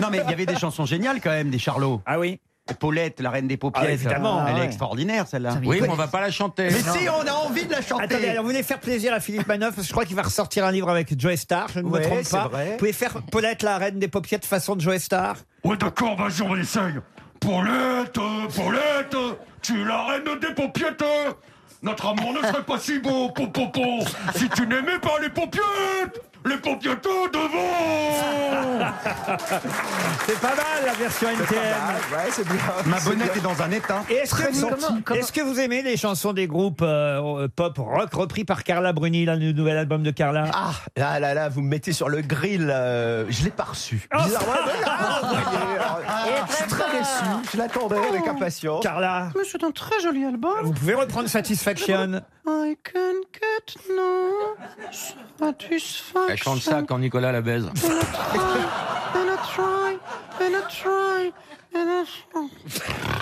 non mais il y avait des chansons géniales quand même des Charlots. Ah oui. Paulette, la reine des paupiètes. évidemment. Ah Elle est extraordinaire celle-là. Oui, mais on va pas la chanter. Mais si, on a envie de la chanter. Attendez, alors vous voulez faire plaisir à Philippe Manoff, parce que je crois qu'il va ressortir un livre avec Joe Star, je ne me Ouais, trompe c'est pas. vrai. Vous pouvez faire Paulette la reine des paupiètes façon de Joe Star Ouais, d'accord, bah, vas-y, on essaye. Paulette, Paulette, tu es la reine des paupiètes. Notre amour ne serait pas si beau, popopo, si tu n'aimais pas les paupiètes. Les paupiètes devant C'est pas mal la version NTM. Ma bonnette est dans un étain. Et est-ce que, Très vous, senti. est-ce que vous aimez les chansons des groupes euh, pop rock repris par Carla Bruni, là, le nouvel album de Carla Ah, là, là, là, vous me mettez sur le grill. euh, je l'ai pas reçu. Bizarre, ouais, ouais, ah, vous voyez, alors, je suis très déçu. Je l'attendais avec impatience. Carla, Mais c'est un très joli album. vous pouvez reprendre Satisfaction I can get no satisfaction. Elle chante ça quand Nicolas la baise. And I try, and I try, and I try, and I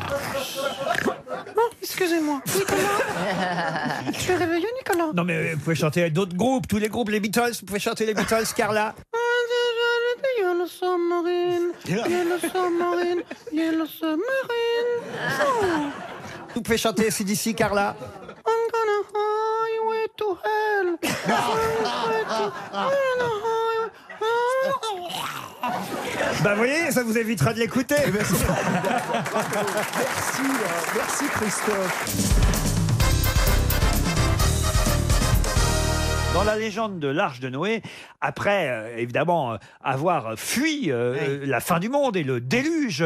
Oh, excusez-moi. Nicolas Je suis réveillé, Nicolas Non mais euh, vous pouvez chanter d'autres groupes, tous les groupes, les Beatles, vous pouvez chanter les Beatles, Carla. Yellow submarine, yellow submarine, yellow submarine. Oh. Vous pouvez chanter CDC, Carla. I'm gonna highway to hell. Highway to- I'm gonna highway- Bah vous voyez, ça vous évitera de l'écouter. Eh ben, Merci, euh, merci Christophe. Dans la légende de l'Arche de Noé, après euh, évidemment euh, avoir fui euh, euh, la fin du monde et le déluge,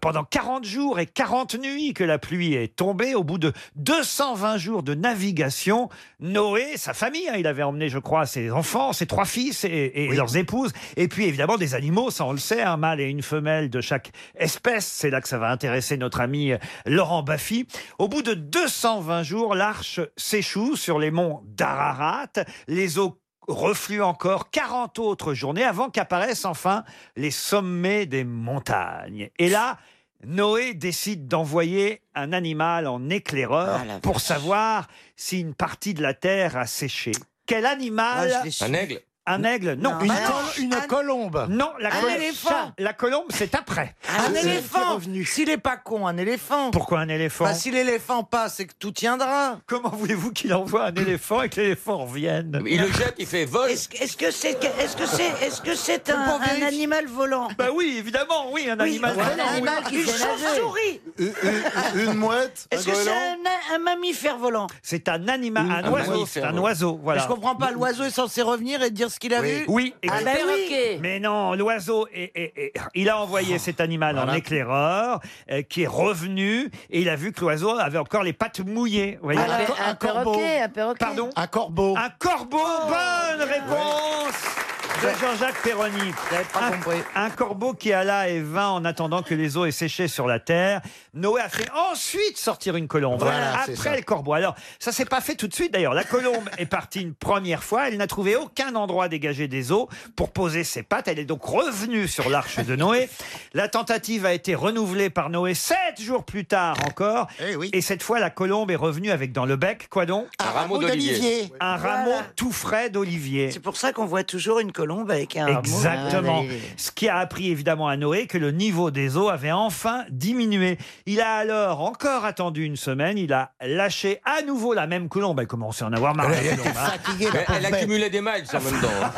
pendant 40 jours et 40 nuits que la pluie est tombée, au bout de 220 jours de navigation, Noé, sa famille, hein, il avait emmené je crois ses enfants, ses trois fils et, et leurs épouses, et puis évidemment des animaux, ça on le sait, un mâle et une femelle de chaque espèce, c'est là que ça va intéresser notre ami euh, Laurent Baffy. Au bout de 220 jours, l'arche s'échoue sur les monts d'Ararat, les eaux refluent encore 40 autres journées avant qu'apparaissent enfin les sommets des montagnes. Et là, Noé décide d'envoyer un animal en éclaireur pour savoir si une partie de la terre a séché. Quel animal Ah, je l'ai su. Un aigle. Un aigle, non. Une Un- col- Une colombe. Non, la Un colombe. éléphant. La colombe, c'est après. Ah, Un C'est- éléphant S'il est pas con, un éléphant Pourquoi un éléphant Bah, si l'éléphant passe, c'est que tout tiendra. Comment voulez-vous qu'il envoie un éléphant et que l'éléphant revienne Il le jette, il fait vol. Est-ce que c'est est-ce que c'est est-ce que c'est un, On peut un vérifier. animal volant Bah oui, évidemment, oui, un animal. un volant, oui. animal qui Une fait nager. chauve-souris. Une, une mouette Est-ce que c'est un, un mammifère volant C'est un animal, un, Un oiseau, mammifère, c'est un ouais. oiseau, voilà. Je comprends pas, l'oiseau est censé revenir et dire ce qu'il a vu Oui, Ah exact. bah oui. Mais non, l'oiseau, est- est- est- il a envoyé cet animal en éclaireur, euh, qui est revenu, et il a vu que l'oiseau avait encore les pattes mouillées. vous voyez. Ah, Un, pe- un perroquet, un perroquet. Pardon Un corbeau. Un corbeau, bonne réponse de Jean-Jacques Perroni. un, un corbeau qui alla et vint en attendant que les eaux aient séché sur la terre. Noé a fait ensuite sortir une colombe. Voilà, c'est après ça. le corbeau. Alors, ça s'est pas fait tout de suite d'ailleurs. La colombe est partie une première fois. Elle n'a trouvé aucun endroit dégagé des eaux pour poser ses pattes. Elle est donc revenue sur l'arche de Noé. La tentative a été renouvelée par Noé sept jours plus tard encore. Et cette fois, la colombe est revenue avec dans le bec, quoi donc Un rameau d'olivier. un rameau tout frais d'olivier. C'est pour ça qu'on voit toujours une colombe avec un Ah, Exactement. rameau. Ce qui a appris évidemment à Noé que le niveau des eaux avait enfin diminué. Il a alors encore attendu une semaine. Il a lâché à nouveau la même colombe. Elle commençait à en avoir marre. la colombe, hein. Mais Elle accumulait des miles en même temps. hein.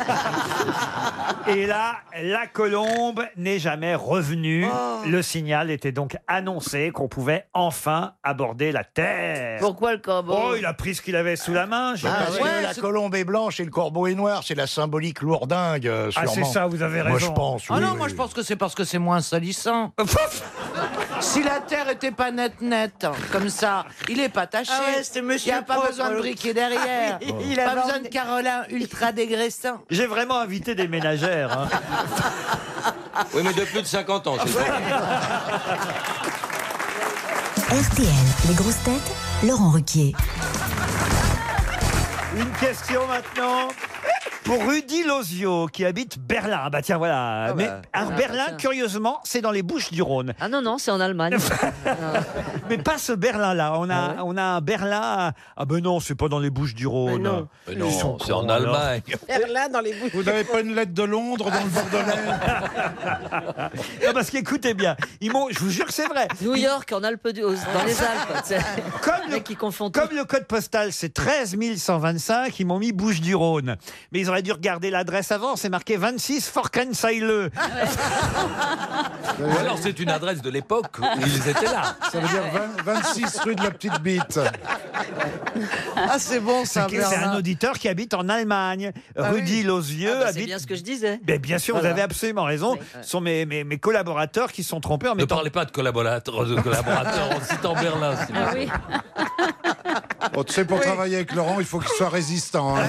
Et là, la colombe n'est jamais revenue. Oh. Le signal était donc annoncé qu'on pouvait enfin aborder la Terre. Pourquoi le corbeau Oh, il a pris ce qu'il avait sous la main. j'ai Ah, pas parce dit. que la colombe est blanche et le corbeau est noir, c'est la symbolique lourdingue, euh, Ah, sûrement. c'est ça, vous avez Moi, raison. je pense. Ah oui, non, oui. moi je pense que c'est parce que c'est moins salissant. si la terre était pas nette nette, comme ça, il est pas taché. Ah ouais, c'était il n'y monsieur a pas propre, besoin de l'autre. briquet Ah derrière. oui, il pas avait besoin de emmené- Carolin ultra dégraissant. J'ai vraiment invité des ménagères. hein. Oui, mais de plus de 50 ans, c'est ça. RTL, les grosses têtes, Laurent Ruquier. Une question maintenant pour Rudy Lozio qui habite Berlin. Bah tiens voilà, mais Ah, alors, Berlin tiens. curieusement c'est dans les Bouches du Rhône, Ah non, non, c'est en Allemagne. Ah. mais pas ce Berlin là. On a on a un Berlin à- ah ben non c'est pas dans les Bouches du Rhône. Mais Ils sont non, c'est cons, en alors. Allemagne. Berlin dans les bouches. Vous n'avez pas une lettre de Londres dans le Bordelais Non, parce qu'écoutez bien, ils m'ont, je vous jure que c'est vrai. New York, en Alpes, du- aux- dans les Alpes. tu sais. Comme Les mecs Ah, qui confondent. Comme le code postal c'est 13 125, ils m'ont mis Bouches du Rhône. Mais ils auraient j'aurais dû regarder l'adresse avant. C'est marqué 26 Forkensaileux. Ou alors c'est une adresse de l'époque où ils étaient là. Ça veut dire 20 26 rue de la Petite Bite. Ah, c'est bon, ça, C'est Bernard. un auditeur qui habite en Allemagne. Ah oui. Rudy Lausieux Ah bah, C'est habite. bien ce que je disais. Ben, bien sûr, Voilà. vous avez absolument raison. Oui, ouais. Ce sont mes, mes, mes collaborateurs qui se sont trompés en Ne mettant. parlez pas de collaborateurs, de collaborateurs on cite en Berlin. s'il vous plaît. Oh, tu sais, pour travailler avec Laurent, il faut qu'il soit résistant. hein.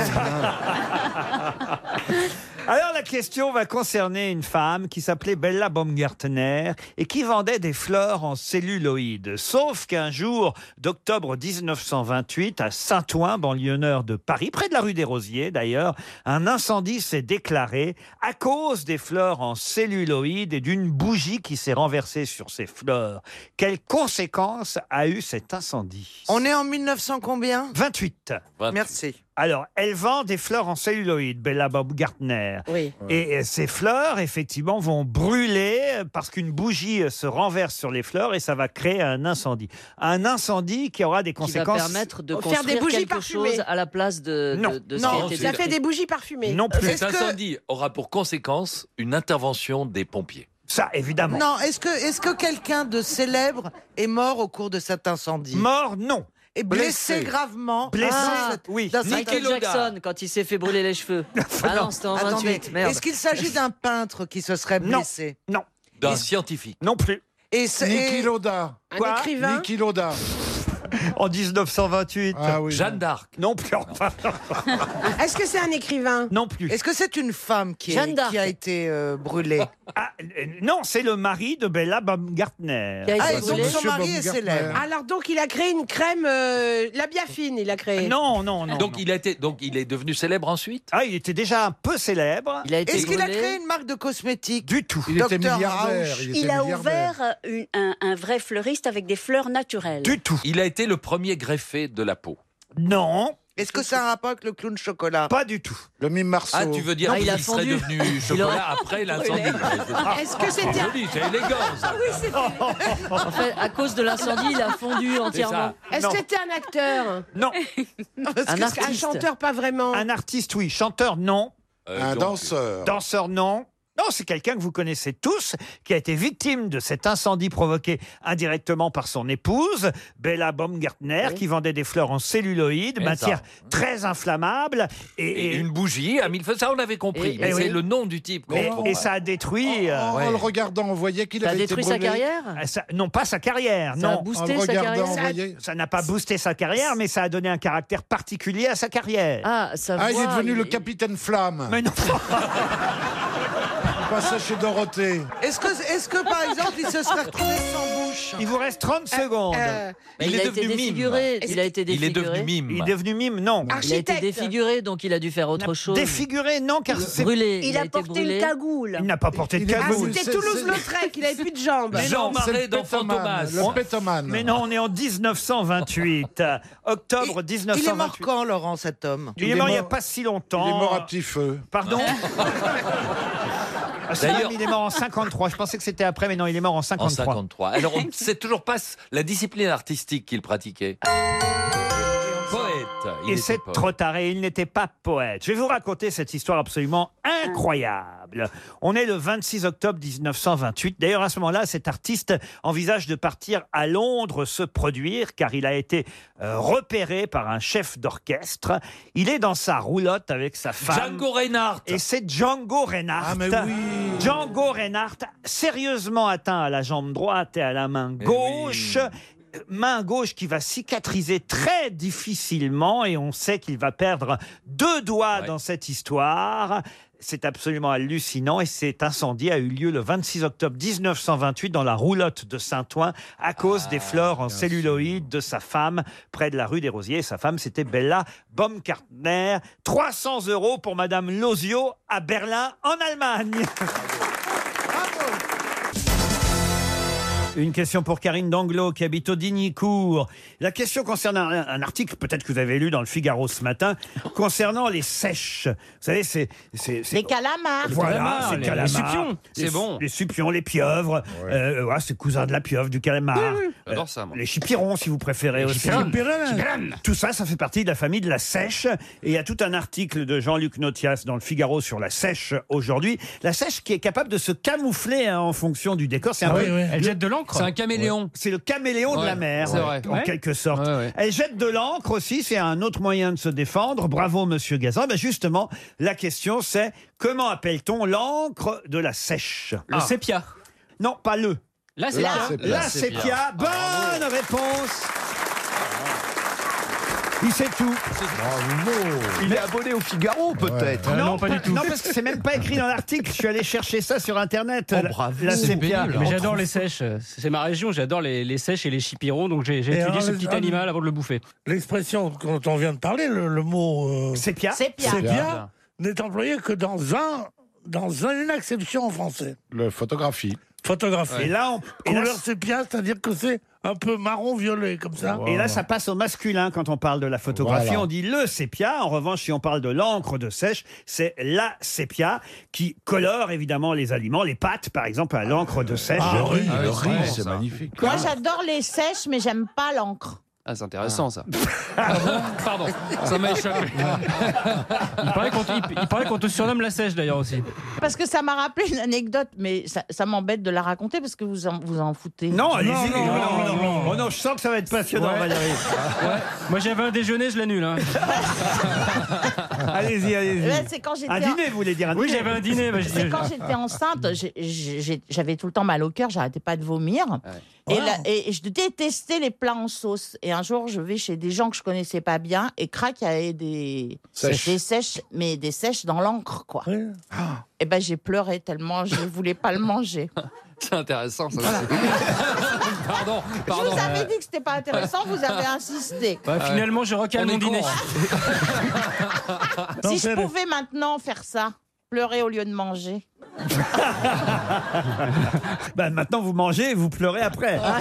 Alors la question va concerner une femme qui s'appelait Bella Baumgartner et qui vendait des fleurs en celluloïd. Sauf qu'un jour d'octobre 1928 à Saint-Ouen, banlieue nord de Paris, près de la rue des Rosiers d'ailleurs, un incendie s'est déclaré à cause des fleurs en celluloïd et d'une bougie qui s'est renversée sur ces fleurs. Quelles conséquences a eu cet incendie On est en 1900 combien 28. Merci. Alors, elle vend des fleurs en celluloïd, Bella Bob Gartner. Oui. Et euh, ces fleurs, effectivement, vont brûler euh, parce qu'une bougie euh, se renverse sur les fleurs et ça va créer un incendie. Un incendie qui aura des Qui va conséquences. permettre de Faire construire des bougies quelque parfumées. chose à la place de, de- de ce non, qui était ça décrit. fait des bougies parfumées. Cet Est-ce que- incendie aura pour conséquence une intervention des pompiers. Ça, évidemment. Non, est-ce que, est que quelqu'un de célèbre est mort au cours de cet incendie Mort, non. Et blessé, gravement Blessé, Ah, oui. d'un Michael certain- Jackson, quand il s'est fait brûler les cheveux. ah non, c'était en Attendez, 28, merde. Est-ce qu'il s'agit d'un peintre qui se serait blessé Non. D'un scientifique. Non plus. Et ce- Niki et- Loda. Un écrivain Niki Loda. En 1928. Ah oui. Jeanne d'Arc. Non plus. enfin. Est-ce que c'est un écrivain Non plus. Est-ce que c'est une femme qui, est- Jeanne d'Arc. qui a été euh, brûlée Ah, euh, non, c'est le mari de Bella Ah, Baumgartner. Ah, et donc son mari est célèbre. Alors donc il a créé une crème, euh, la biafine, il a créé. Non, non, non. Donc il, a été, donc il est devenu célèbre ensuite Ah, il était déjà un peu célèbre. Il a été Est-ce qu'il a brûlé. créé une marque de cosmétiques Du tout. Il était Docteur milliardaire. House. était Il a milliardaire. ouvert euh, une- un, un vrai fleuriste avec des fleurs naturelles. Du tout. Il a été le premier greffé de la peau. Non, Est-ce que ça a un rapport avec le clown chocolat pas du tout. Le mime Marceau. Ah, tu veux dire Ah, il qu'il a serait fondu. devenu aurait- chocolat après l'incendie Ah, Est-ce que Ah, Ah C'est c'était joli, c'est élégant ça. En fait, à cause de l'incendie, il a fondu entièrement. Est-ce Non. que c'était un acteur Non. Est-ce que c'est un artiste. chanteur pas vraiment Un artiste, oui. Chanteur, non. Euh, Un donc, danseur. Danseur, non. Non, c'est quelqu'un que vous connaissez tous, qui a été victime de cet incendie provoqué indirectement par son épouse, Bella Baumgartner, qui vendait des fleurs en celluloïd, Et matière Eh, ça. très inflammable. Et, Et et- une bougie à mille feux, ça on avait compris. Et- mais et c'est oui. le nom du type. qu'on et- trouve et pas. ça a détruit. euh, En Ouais. le regardant, Oh, on voyait qu'il Ça a avait été détruit sa brûlé. carrière ah, ça- non, pas sa carrière, Ça a non. En le boosté sa regardant, carrière on voyait. Ça n'a pas boosté sa carrière, mais ça a donné un caractère particulier à sa carrière. Ah, ça Ah, il est devenu le capitaine Flamme. Mais non. Il passait chez Dorothée. Est-ce que, est que par exemple il se serait retrouvé sans bouche Il vous reste 30 Ah, secondes. Euh, il, a été défiguré. Il a été Il est défiguré. devenu mime. Il est devenu mime, non. Il a été Architecte. défiguré, donc il a dû faire autre chose. Défiguré, non, car c'est- Brûlé. Il, a, été porté brûlé. une cagoule. il n'a pas porté de Il est Ah, cagoule. devenu- C'est- c'était Toulouse-Lautrec, il avait plus de jambes. Jean C'est le Marais d'Enfant pétomane, Thomas. Le pétomane. Mais non, on est en 1928. euh, Octobre Il est mort 1928. quand, Laurent, cet homme Il est mort il n'y a pas si longtemps. Il est mort à petit feu. Pardon Ah, c'est D'ailleurs- dingue, il est mort en 53. Je pensais que c'était après, mais non, il est mort en En 53. 53. Alors, on ne sait toujours pas la discipline artistique qu'il pratiquait. Poète. euh, il Et était c'est poète. trop tard et il n'était pas poète. Je vais vous raconter cette histoire absolument incroyable. On est le 26 octobre 1928. D'ailleurs, à ce moment-là, cet artiste envisage de partir à Londres se produire car il a été euh, repéré par un chef d'orchestre. Il est dans sa roulotte avec sa femme. Django Reinhardt. Et c'est Django Reinhardt. Ah, mais oui. Django Reinhardt, sérieusement atteint à la jambe droite et à la main Eh gauche. Euh, Main gauche qui va cicatriser très difficilement et on sait qu'il va perdre deux doigts Ouais. dans cette histoire. C'est absolument hallucinant et cet incendie a eu lieu le 26 octobre 1928 dans la roulotte de Saint-Ouen à cause des fleurs en celluloïde de sa femme près de la rue des Rosiers. Et sa femme, c'était Bella Baumgartner. 300 euros pour Madame Lozio à Berlin en Allemagne. Une question pour Karine Danglot qui habite Audignicourt. La question concerne un, un article, peut-être que vous avez lu dans le Figaro ce matin, concernant les sèches. Vous savez, c'est. c'est- c'est- Les calamars. Les Voilà, calamars, c'est les- calamar. les supions, Les- c'est bon. Les supions, les pieuvres. euh, voilà, c'est cousin de la pieuvre, du calamar. Mmh. Euh, J'adore ça, moi. Les chipirons, si vous préférez aussi. chipirons. Chipirons. Tout ça, ça fait partie de la famille de la sèche. Et il y a tout un article de Jean-Luc Notias dans le Figaro sur la sèche aujourd'hui. La sèche qui est capable de se camoufler hein, en fonction du décor. C'est un Ah peu oui, oui. Elle le- jette de l'encre. C'est un caméléon. Ouais. C'est le caméléon de Ouais, la mer, c'est vrai. en Ouais. quelque sorte. Elle jette de l'encre aussi, c'est un autre moyen de se défendre. Bravo, monsieur Gazan. Ben justement, la question c'est comment appelle-t-on l'encre de la Ah. sèche Le sépia. Non, pas le. La sépia. La sépia. La sépia. Ah, Bonne réponse. Il sait tout. Oh, Il est abonné au Figaro, Euh, Euh, peut-être. non, Non, parce que c'est même pas écrit dans l'article. Je suis allé chercher ça sur Internet. Oh, la- la Oh, C'est sépia. pénible. Mais hein. j'adore les sèches. C'est ma région, j'adore les, les sèches et les chipirons, donc j'ai j'ai Et étudié alors, ce les- petit animal avant de le bouffer. L'expression dont on vient de parler, le, le mot euh, sépia, Sépia. Sépia. n'est employé que dans un, dans un- une acception en français. Le photographie. Photographie. Et là, on- et là- couleur sépia, c'est-à-dire que c'est un peu marron violet comme ça. Et là, ça passe au masculin quand on parle de la photographie. Voilà. On dit le sépia. En revanche, si on parle de l'encre de sèche, c'est la sépia qui colore évidemment les aliments, les pâtes par exemple à l'encre de sèche. Ah, le riz, le riz, c'est magnifique. Moi, j'adore les sèches, mais j'aime pas l'encre. Ah, c'est intéressant, ça. Pardon, ça m'a échappé. il paraît qu'on te- il- il paraît qu'on te surnomme la sèche d'ailleurs aussi. Parce que ça m'a rappelé une anecdote, mais ça, ça m'embête de la raconter parce que vous en, vous en foutez. Non, allez-y. Non, non, non, Oh non, je sens que ça va être passionnant, Ouais. Valérie. Ouais. Moi j'avais un déjeuner, je l'annule. Hein. allez-y, allez-y. Ouais, c'est quand j'étais Un en- dîner, vous voulez dire un Oui, dîner j'avais un dîner. bah, je- C'est quand j'étais enceinte, j'ai- j'ai- j'avais tout le temps mal au cœur, j'arrêtais pas de vomir. Et, la- et- et je détestais les plats en sauce. Et un jour, je vais chez des gens que je connaissais pas bien, et crac, il y avait des Sèches. des sèches, mais des sèches dans l'encre, quoi. Et ben j'ai pleuré tellement je voulais pas le manger. C'est intéressant, ça. aussi. pardon, Je pardon. vous avais dit que c'était pas intéressant, vous avez insisté. Ouais, finalement, je recale On mon est dîner. con, si je pouvais maintenant faire ça, pleurer au lieu de manger. Bah, maintenant, vous mangez et vous pleurez après. Ah,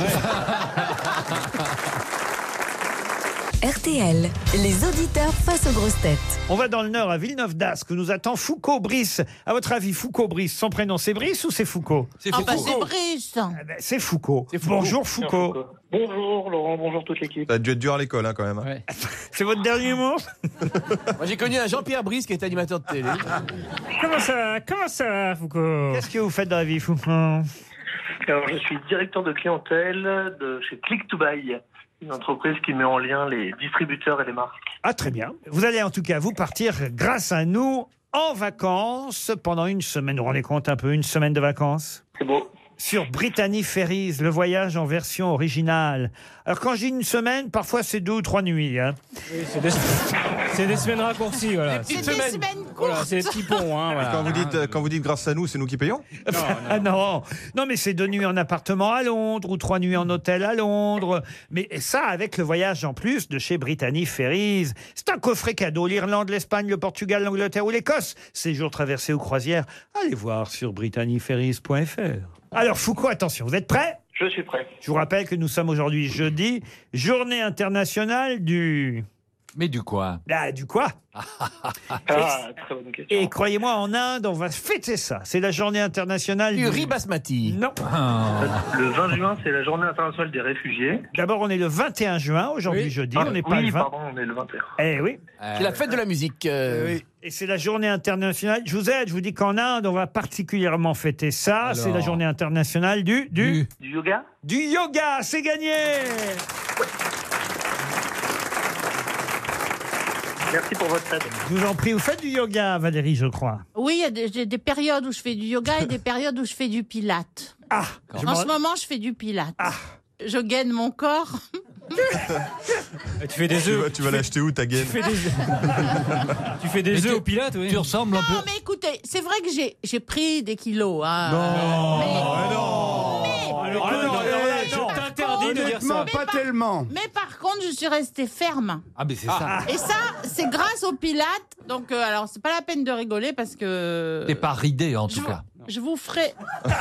RTL, les auditeurs face aux grosses têtes. On va dans le Nord, à Villeneuve d'Ascq, où nous attend Foucault Brice. À votre avis, Foucault Brice, son prénom c'est Brice ou c'est Foucault C'est Ah bah c'est Brice. ben, c'est Foucault. Bonjour Foucault. Bonjour Laurent, bonjour toute l'équipe. Ça a dû être dur à l'école, hein, quand même. C'est votre dernier mot Moi, j'ai connu un Jean-Pierre Brice qui était animateur de télé. Comment ça Comment ça va, Foucault Qu'est-ce que vous faites dans la vie, Foucault Alors, je suis directeur de clientèle de chez Click to Buy, une entreprise qui met en lien les distributeurs et les marques. Ah, très bien. Vous allez en tout cas vous partir grâce à nous en vacances pendant une semaine. Vous vous rendez compte un peu, une semaine de vacances C'est beau. Sur Brittany Ferries, le voyage en version originale. Alors, quand je dis une semaine, parfois c'est deux ou trois nuits. hein. C'est des, c'est des semaines raccourcies, voilà. C'est des semaines courtes. Voilà, c'est des petits ponts, hein, voilà. Quand, vous dites, euh, quand vous dites grâce à nous, c'est nous qui payons Ah non, non, mais c'est deux nuits en appartement à Londres ou trois nuits en hôtel à Londres. Mais ça, avec le voyage en plus de chez Brittany Ferries, c'est un coffret cadeau. L'Irlande, l'Espagne, le Portugal, l'Angleterre ou l'Écosse. Séjour traversé ou croisière. Allez voir sur britannyferries.fr. Alors Foucault, attention, vous êtes prêts Je suis prêt. Je vous rappelle que nous sommes aujourd'hui jeudi, journée internationale du... Mais du quoi Ah, du quoi Ah, très bonne question. Et croyez-moi, en Inde, on va fêter ça. C'est la journée internationale Du riz basmati. Non. Ah. Le 20 juin, c'est la journée internationale des réfugiés. D'abord, on est le 21 juin, aujourd'hui jeudi, Ah, on n'est pas oui, le 20. pardon, on est le 21. Eh oui. Eh C'est la fête de la musique. euh. Oui. Et c'est la journée internationale. Je vous aide, je vous dis qu'en Inde, on va particulièrement fêter ça. C'est la journée internationale du. Du, Du yoga du yoga, c'est gagné Merci pour votre aide. Je vous en prie, vous faites du yoga, Valérie, je crois. Oui, il y a des, j'ai des périodes où je fais du yoga et des périodes où je fais du pilate. Ah, je en m'en- ce moment, je fais du pilate. Ah. Je gaine mon corps. Tu fais des œufs. Tu vas l'acheter où, ta gaine Tu fais des œufs au pilate, oui. Tu ressembles un Non, mais écoutez, c'est vrai que j'ai- j'ai pris des kilos. hein. Non, mais, oh, Alors, Ah, non, alors, non, là, non. je t'interdis de dire Honnêtement, ça. pas tellement. mais par contre, je suis restée ferme. Ah, mais c'est Et ça, c'est grâce au Pilate. Donc, euh, alors, c'est pas la peine de rigoler parce que. T'es pas ridé, en tout Je- cas. je vous ferai.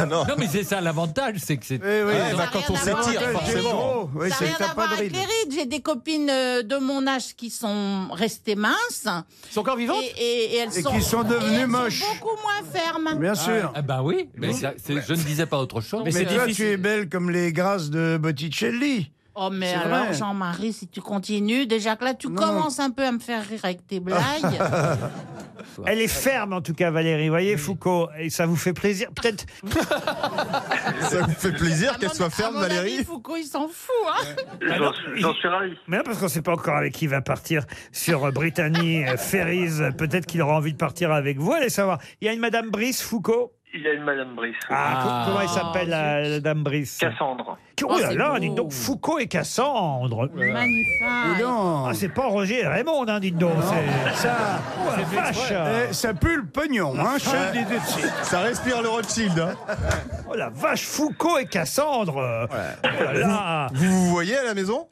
non. mais c'est ça l'avantage, c'est que c'est. Ouais, bah, quand on s'étire, forcément. Oui, ça n'a rien à voir avec les rides. J'ai des copines euh, de mon âge qui sont restées minces. sont encore vivantes Et, et- et elles Et sont, qui sont et devenues elles moches. beaucoup moins fermes. Bien sûr. Ah bah oui, mais ça- c'est- je ne disais pas autre chose. Mais, toi, tu es belle comme les grâces de Botticelli. Oh, mais C'est alors, vrai. Jean-Marie, si tu continues, déjà que là, tu commences un peu à me faire rire avec tes blagues. Elle est ferme en tout cas, Valérie. Voyez, Foucault, et ça vous fait plaisir. Peut-être. ça vous fait plaisir qu'elle soit À mon avis, Foucault, il s'en fout. Hein J'en suis ravi. Mais non, parce qu'on ne sait pas encore avec qui va partir sur euh, Brittany euh, Ferries. Euh, Peut-être qu'il aura envie de partir avec vous. Allez savoir. Il y a une Madame Brice Foucault. Il y a une Madame Brice. Ah, co- Comment elle s'appelle, la, la Dame Brice Cassandre. Oh là là, dites donc, Foucault et Cassandre. Magnifique. Ah, c'est pas Roger et Raymond, hein, dites donc. c'est- Ça, Oh, la c'est vache. exprès. Eh, ça pue le pognon, hein, je te le dis tout de suite. Ça respire le Rothschild. hein. Oh la vache, Foucault et Cassandre. Oh là là. Vous vous voyez à la maison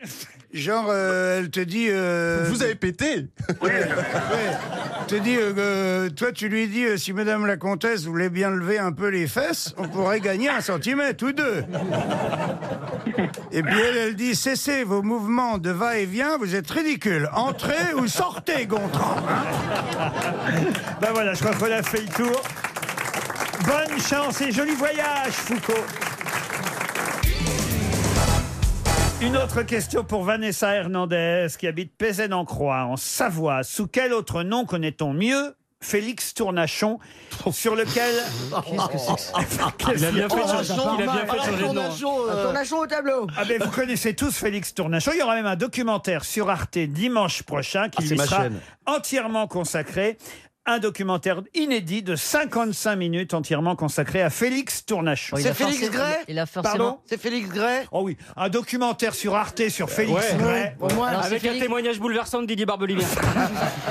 Genre, euh, elle te dit. euh, Vous avez pété Ouais. Te dis, euh, euh, toi, tu lui dis, euh, si Madame la Comtesse voulait bien lever un peu les fesses, on pourrait gagner un centimètre ou deux. Et puis elle, elle dit, cessez vos mouvements de va-et-vient, vous êtes ridicule. Entrez ou sortez, Gontran. Ben voilà, je crois qu'on a fait le tour. Bonne chance et joli voyage, Foucault. Une autre question pour Vanessa Hernandez, qui habite Pézen-en-Croix, en Savoie. Sous quel autre nom connaît-on mieux Félix Tournachon, sur lequel... Qu'est-ce que Il a bien fait Oh, de changer- il a bien fait de changer de nom. hein. euh, euh, au tableau. Ah ben, vous connaissez tous Félix Tournachon. Il y aura même un documentaire sur Arte dimanche prochain qui Ah, c'est lui ma sera chaîne. entièrement consacré. Un documentaire inédit de 55 minutes entièrement consacré à Félix Tournachon. Oh, il a C'est Félix forcément- Gray il a forcément- C'est Félix Gray Oh oui, un documentaire sur Arte sur Félix Ouais. Gray. Pour moi, Alors, avec c'est un Félix- témoignage bouleversant de Didier Barbelivien.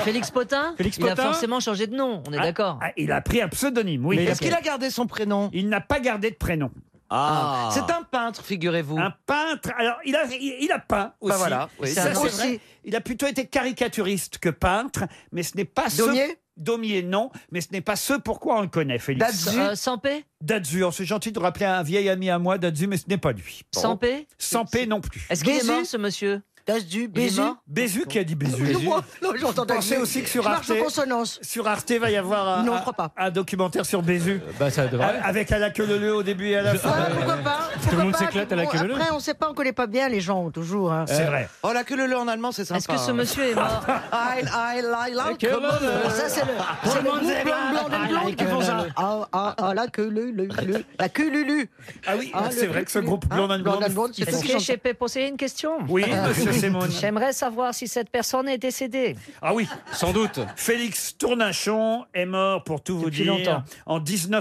Félix Potin Félix Il Potin a forcément changé de nom, on est Ah, d'accord. ah, il a pris un pseudonyme, oui. Mais est-ce qu'il a gardé son prénom Il n'a pas gardé de prénom. Ah. C'est un peintre, figurez-vous. Un peintre. Alors, il a, il, il a peint aussi. Bah voilà, oui. Ça, C'est un c'est nom vrai. aussi. Il a plutôt été caricaturiste que peintre, mais ce n'est pas ce... Daumier Daumier, non, mais ce n'est pas ce pourquoi on le connaît, Félix. Dazu Euh, Sampé Dazu, oh, c'est gentil de rappeler un vieil ami à moi, Dazu, mais ce n'est pas lui. Sampé Sampé non plus. Est-ce qu'il est mort, ce monsieur Dazu, Bézu Bézu qui a dit Bézu. Oui, moi, non, j'entends Vous pensez Dazu. aussi que sur Je Arte, marche en sur Arte, va y avoir un, Non, je un- crois un documentaire sur Bézu. A- Avec à la queue leu leu au début et à la Je- fin. Ouais, pourquoi pas Tout le monde s'éclate à la queue leu leu. Après, on sait pas, on connaît pas bien les gens, toujours. hein. C'est vrai. Oh, la queue le le en allemand, c'est sympa. hein. Ah, Est-ce que ce monsieur est mort Aïe, aïe, aïe, La aïe, queue comment- leu leu. Ça, c'est le. Tout C'est Ah, le le monde groupe s'éclate. blanc, blanc, Aïe, des aïe, blondes qui que font leu ça. leu. Ah, ah, ah, la queue le le le. La queue lulu. Ah oui, Ah, c'est le vrai que ce Lulu. groupe Blonde Hein, and Blonde and Blonde, Blonde qui ils font font Est-ce que je peux poser une question Ah. Oui, monsieur Simone. J'aimerais savoir si cette personne est décédée. Ah oui, sans doute. Félix Tournachon est mort, pour tout vous Depuis dire, longtemps. en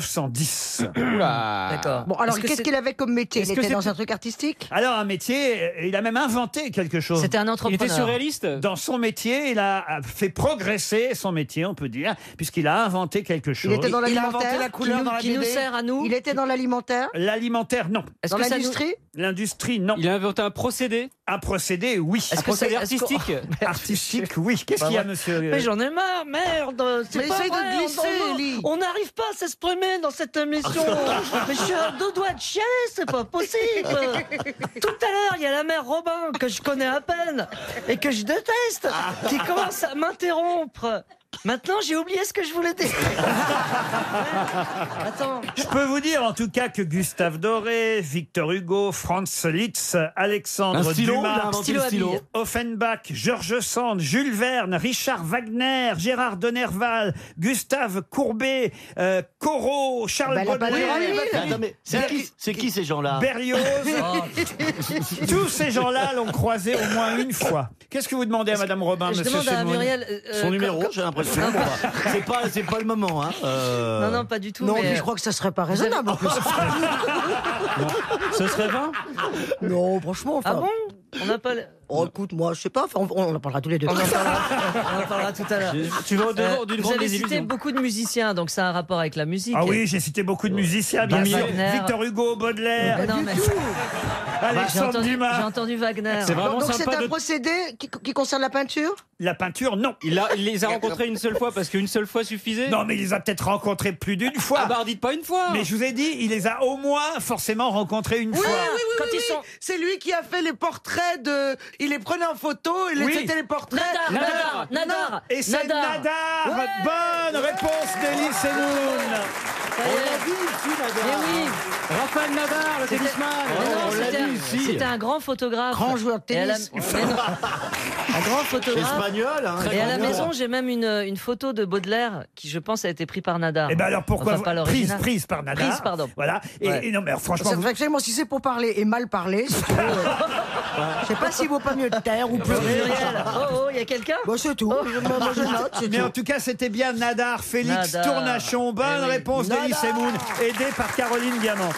1910. D'accord. Bon, alors Est-ce que qu'est-ce c'est- qu'il avait comme métier Il Est-ce que était c'est- dans un truc artistique Alors un métier, euh, il a même inventé quelque chose. C'était un entrepreneur. Il était surréaliste Dans son métier, il a a fait progresser son métier, on peut dire, puisqu'il a inventé quelque chose. Il était dans l'alimentaire qui nous- qui nous sert à nous. Il était dans l'alimentaire. L'alimentaire, non. Est-ce Dans que ça nous- l'industrie L'industrie, non. Il a inventé un procédé Un procédé, oui. Est-ce Un que procédé c'est- est-ce qu'on- artistique Artistique, oui. Qu'est-ce qu'il y a, monsieur Mais j'en ai marre, merde c'est Mais pas essaye de vrai, glisser, on- on- Ellie. On n'arrive pas à s'exprimer dans cette émission Mais je suis à deux doigts de chialer, c'est pas possible Tout à l'heure, il y a la mère Robin, que je connais à peine, et que je déteste, qui commence à m'interrompre Maintenant, j'ai oublié ce que je voulais dire Attends Je peux vous dire en tout cas que Gustave Doré, Victor Hugo, Franz Liszt, Alexandre Un stylo, il a Dumas, inventé le Stylo à stylo. bille. Offenbach, Georges Sand, Jules Verne, Richard Wagner, Gérard de Nerval, Gustave Courbet, euh, Corot, Charles Bah, la Baudelaire, balade, elle a pas fini. Ber- C'est qui- c'est qui ces gens-là Berlioz. Oh, Tous ces gens-là l'ont croisé au moins une fois. Qu'est-ce que vous demandez à Madame Robin, je Monsieur demande à Semoun Muriel, euh, Son numéro, j'ai l'impression. Bon, bah, c'est pas, c'est pas le moment. Hein. euh. Non, non, pas du tout, Non, mais, mais euh, je crois que ça serait pas raisonnable en plus. Ce serait 20 Non, franchement, enfin. Ah bon Ah On n'a pas... le- Oh, écoute, moi, je sais pas. Enfin, on, on en parlera tous les deux. On en parlera, on en parlera tout à l'heure. Euh, Tu vas au-devant d'une Vous grande avez cité désillusion. beaucoup de musiciens, donc ça a un rapport avec la musique. Ah oui, j'ai cité beaucoup de musiciens, bien Bah, sûr. Wagner. Victor Hugo, Baudelaire, Mais non, mais- Bah, J'ai Alexandre entendu, Dumas. j'ai entendu Wagner. C'est vraiment Donc, c'est sympa un de- procédé qui, qui concerne la peinture La peinture, non. Il, a- il les a rencontrés une seule fois parce qu'une seule fois suffisait. Non, mais il les a peut-être rencontrés plus d'une fois. Ah bah, dites pas une fois. Mais je vous ai dit, il les a au moins forcément rencontrés une fois. Quand ils sont... C'est lui qui a fait les portraits de. Il les prenait en photo, il les Oui. c'était les portraits. Nadar, Nadar, Non. Nadar, Et c'est Nadar. Nadar Ouais. Bonne réponse d'Elie Semoun l'a vu ici, Nadar. Mais oui. Raphaël Nadar, le tennisman. Mais non, On l'a c'était vu un- ici. C'était un grand photographe. Grand joueur de tennis. Un grand photographe. Espagnol, hein. Et à la Espagnol. maison, j'ai même une, une photo de Baudelaire qui, je pense, a été prise par Nadar. Et ben alors pourquoi Enfin, pas vous- prise l'original. prise par Nadar Prise, pardon. Voilà. Et, Ouais. et non mais alors, franchement C'est vous- vrai que moi, si c'est pour parler et mal parler, si tu veux, euh, je sais pas s'il vaut pas mieux taire Ah ou bah pleurer. Muriel, Oh, oh, il y a quelqu'un Bon, c'est tout. Moi, moi, Oh, je note, c'est Mais tout. en tout cas, c'était bien Nadar, Félix Nadar. Tournachon. Bonne Eh oui. réponse d'Elie Nadar. Semoun, aidée par Caroline Diamant.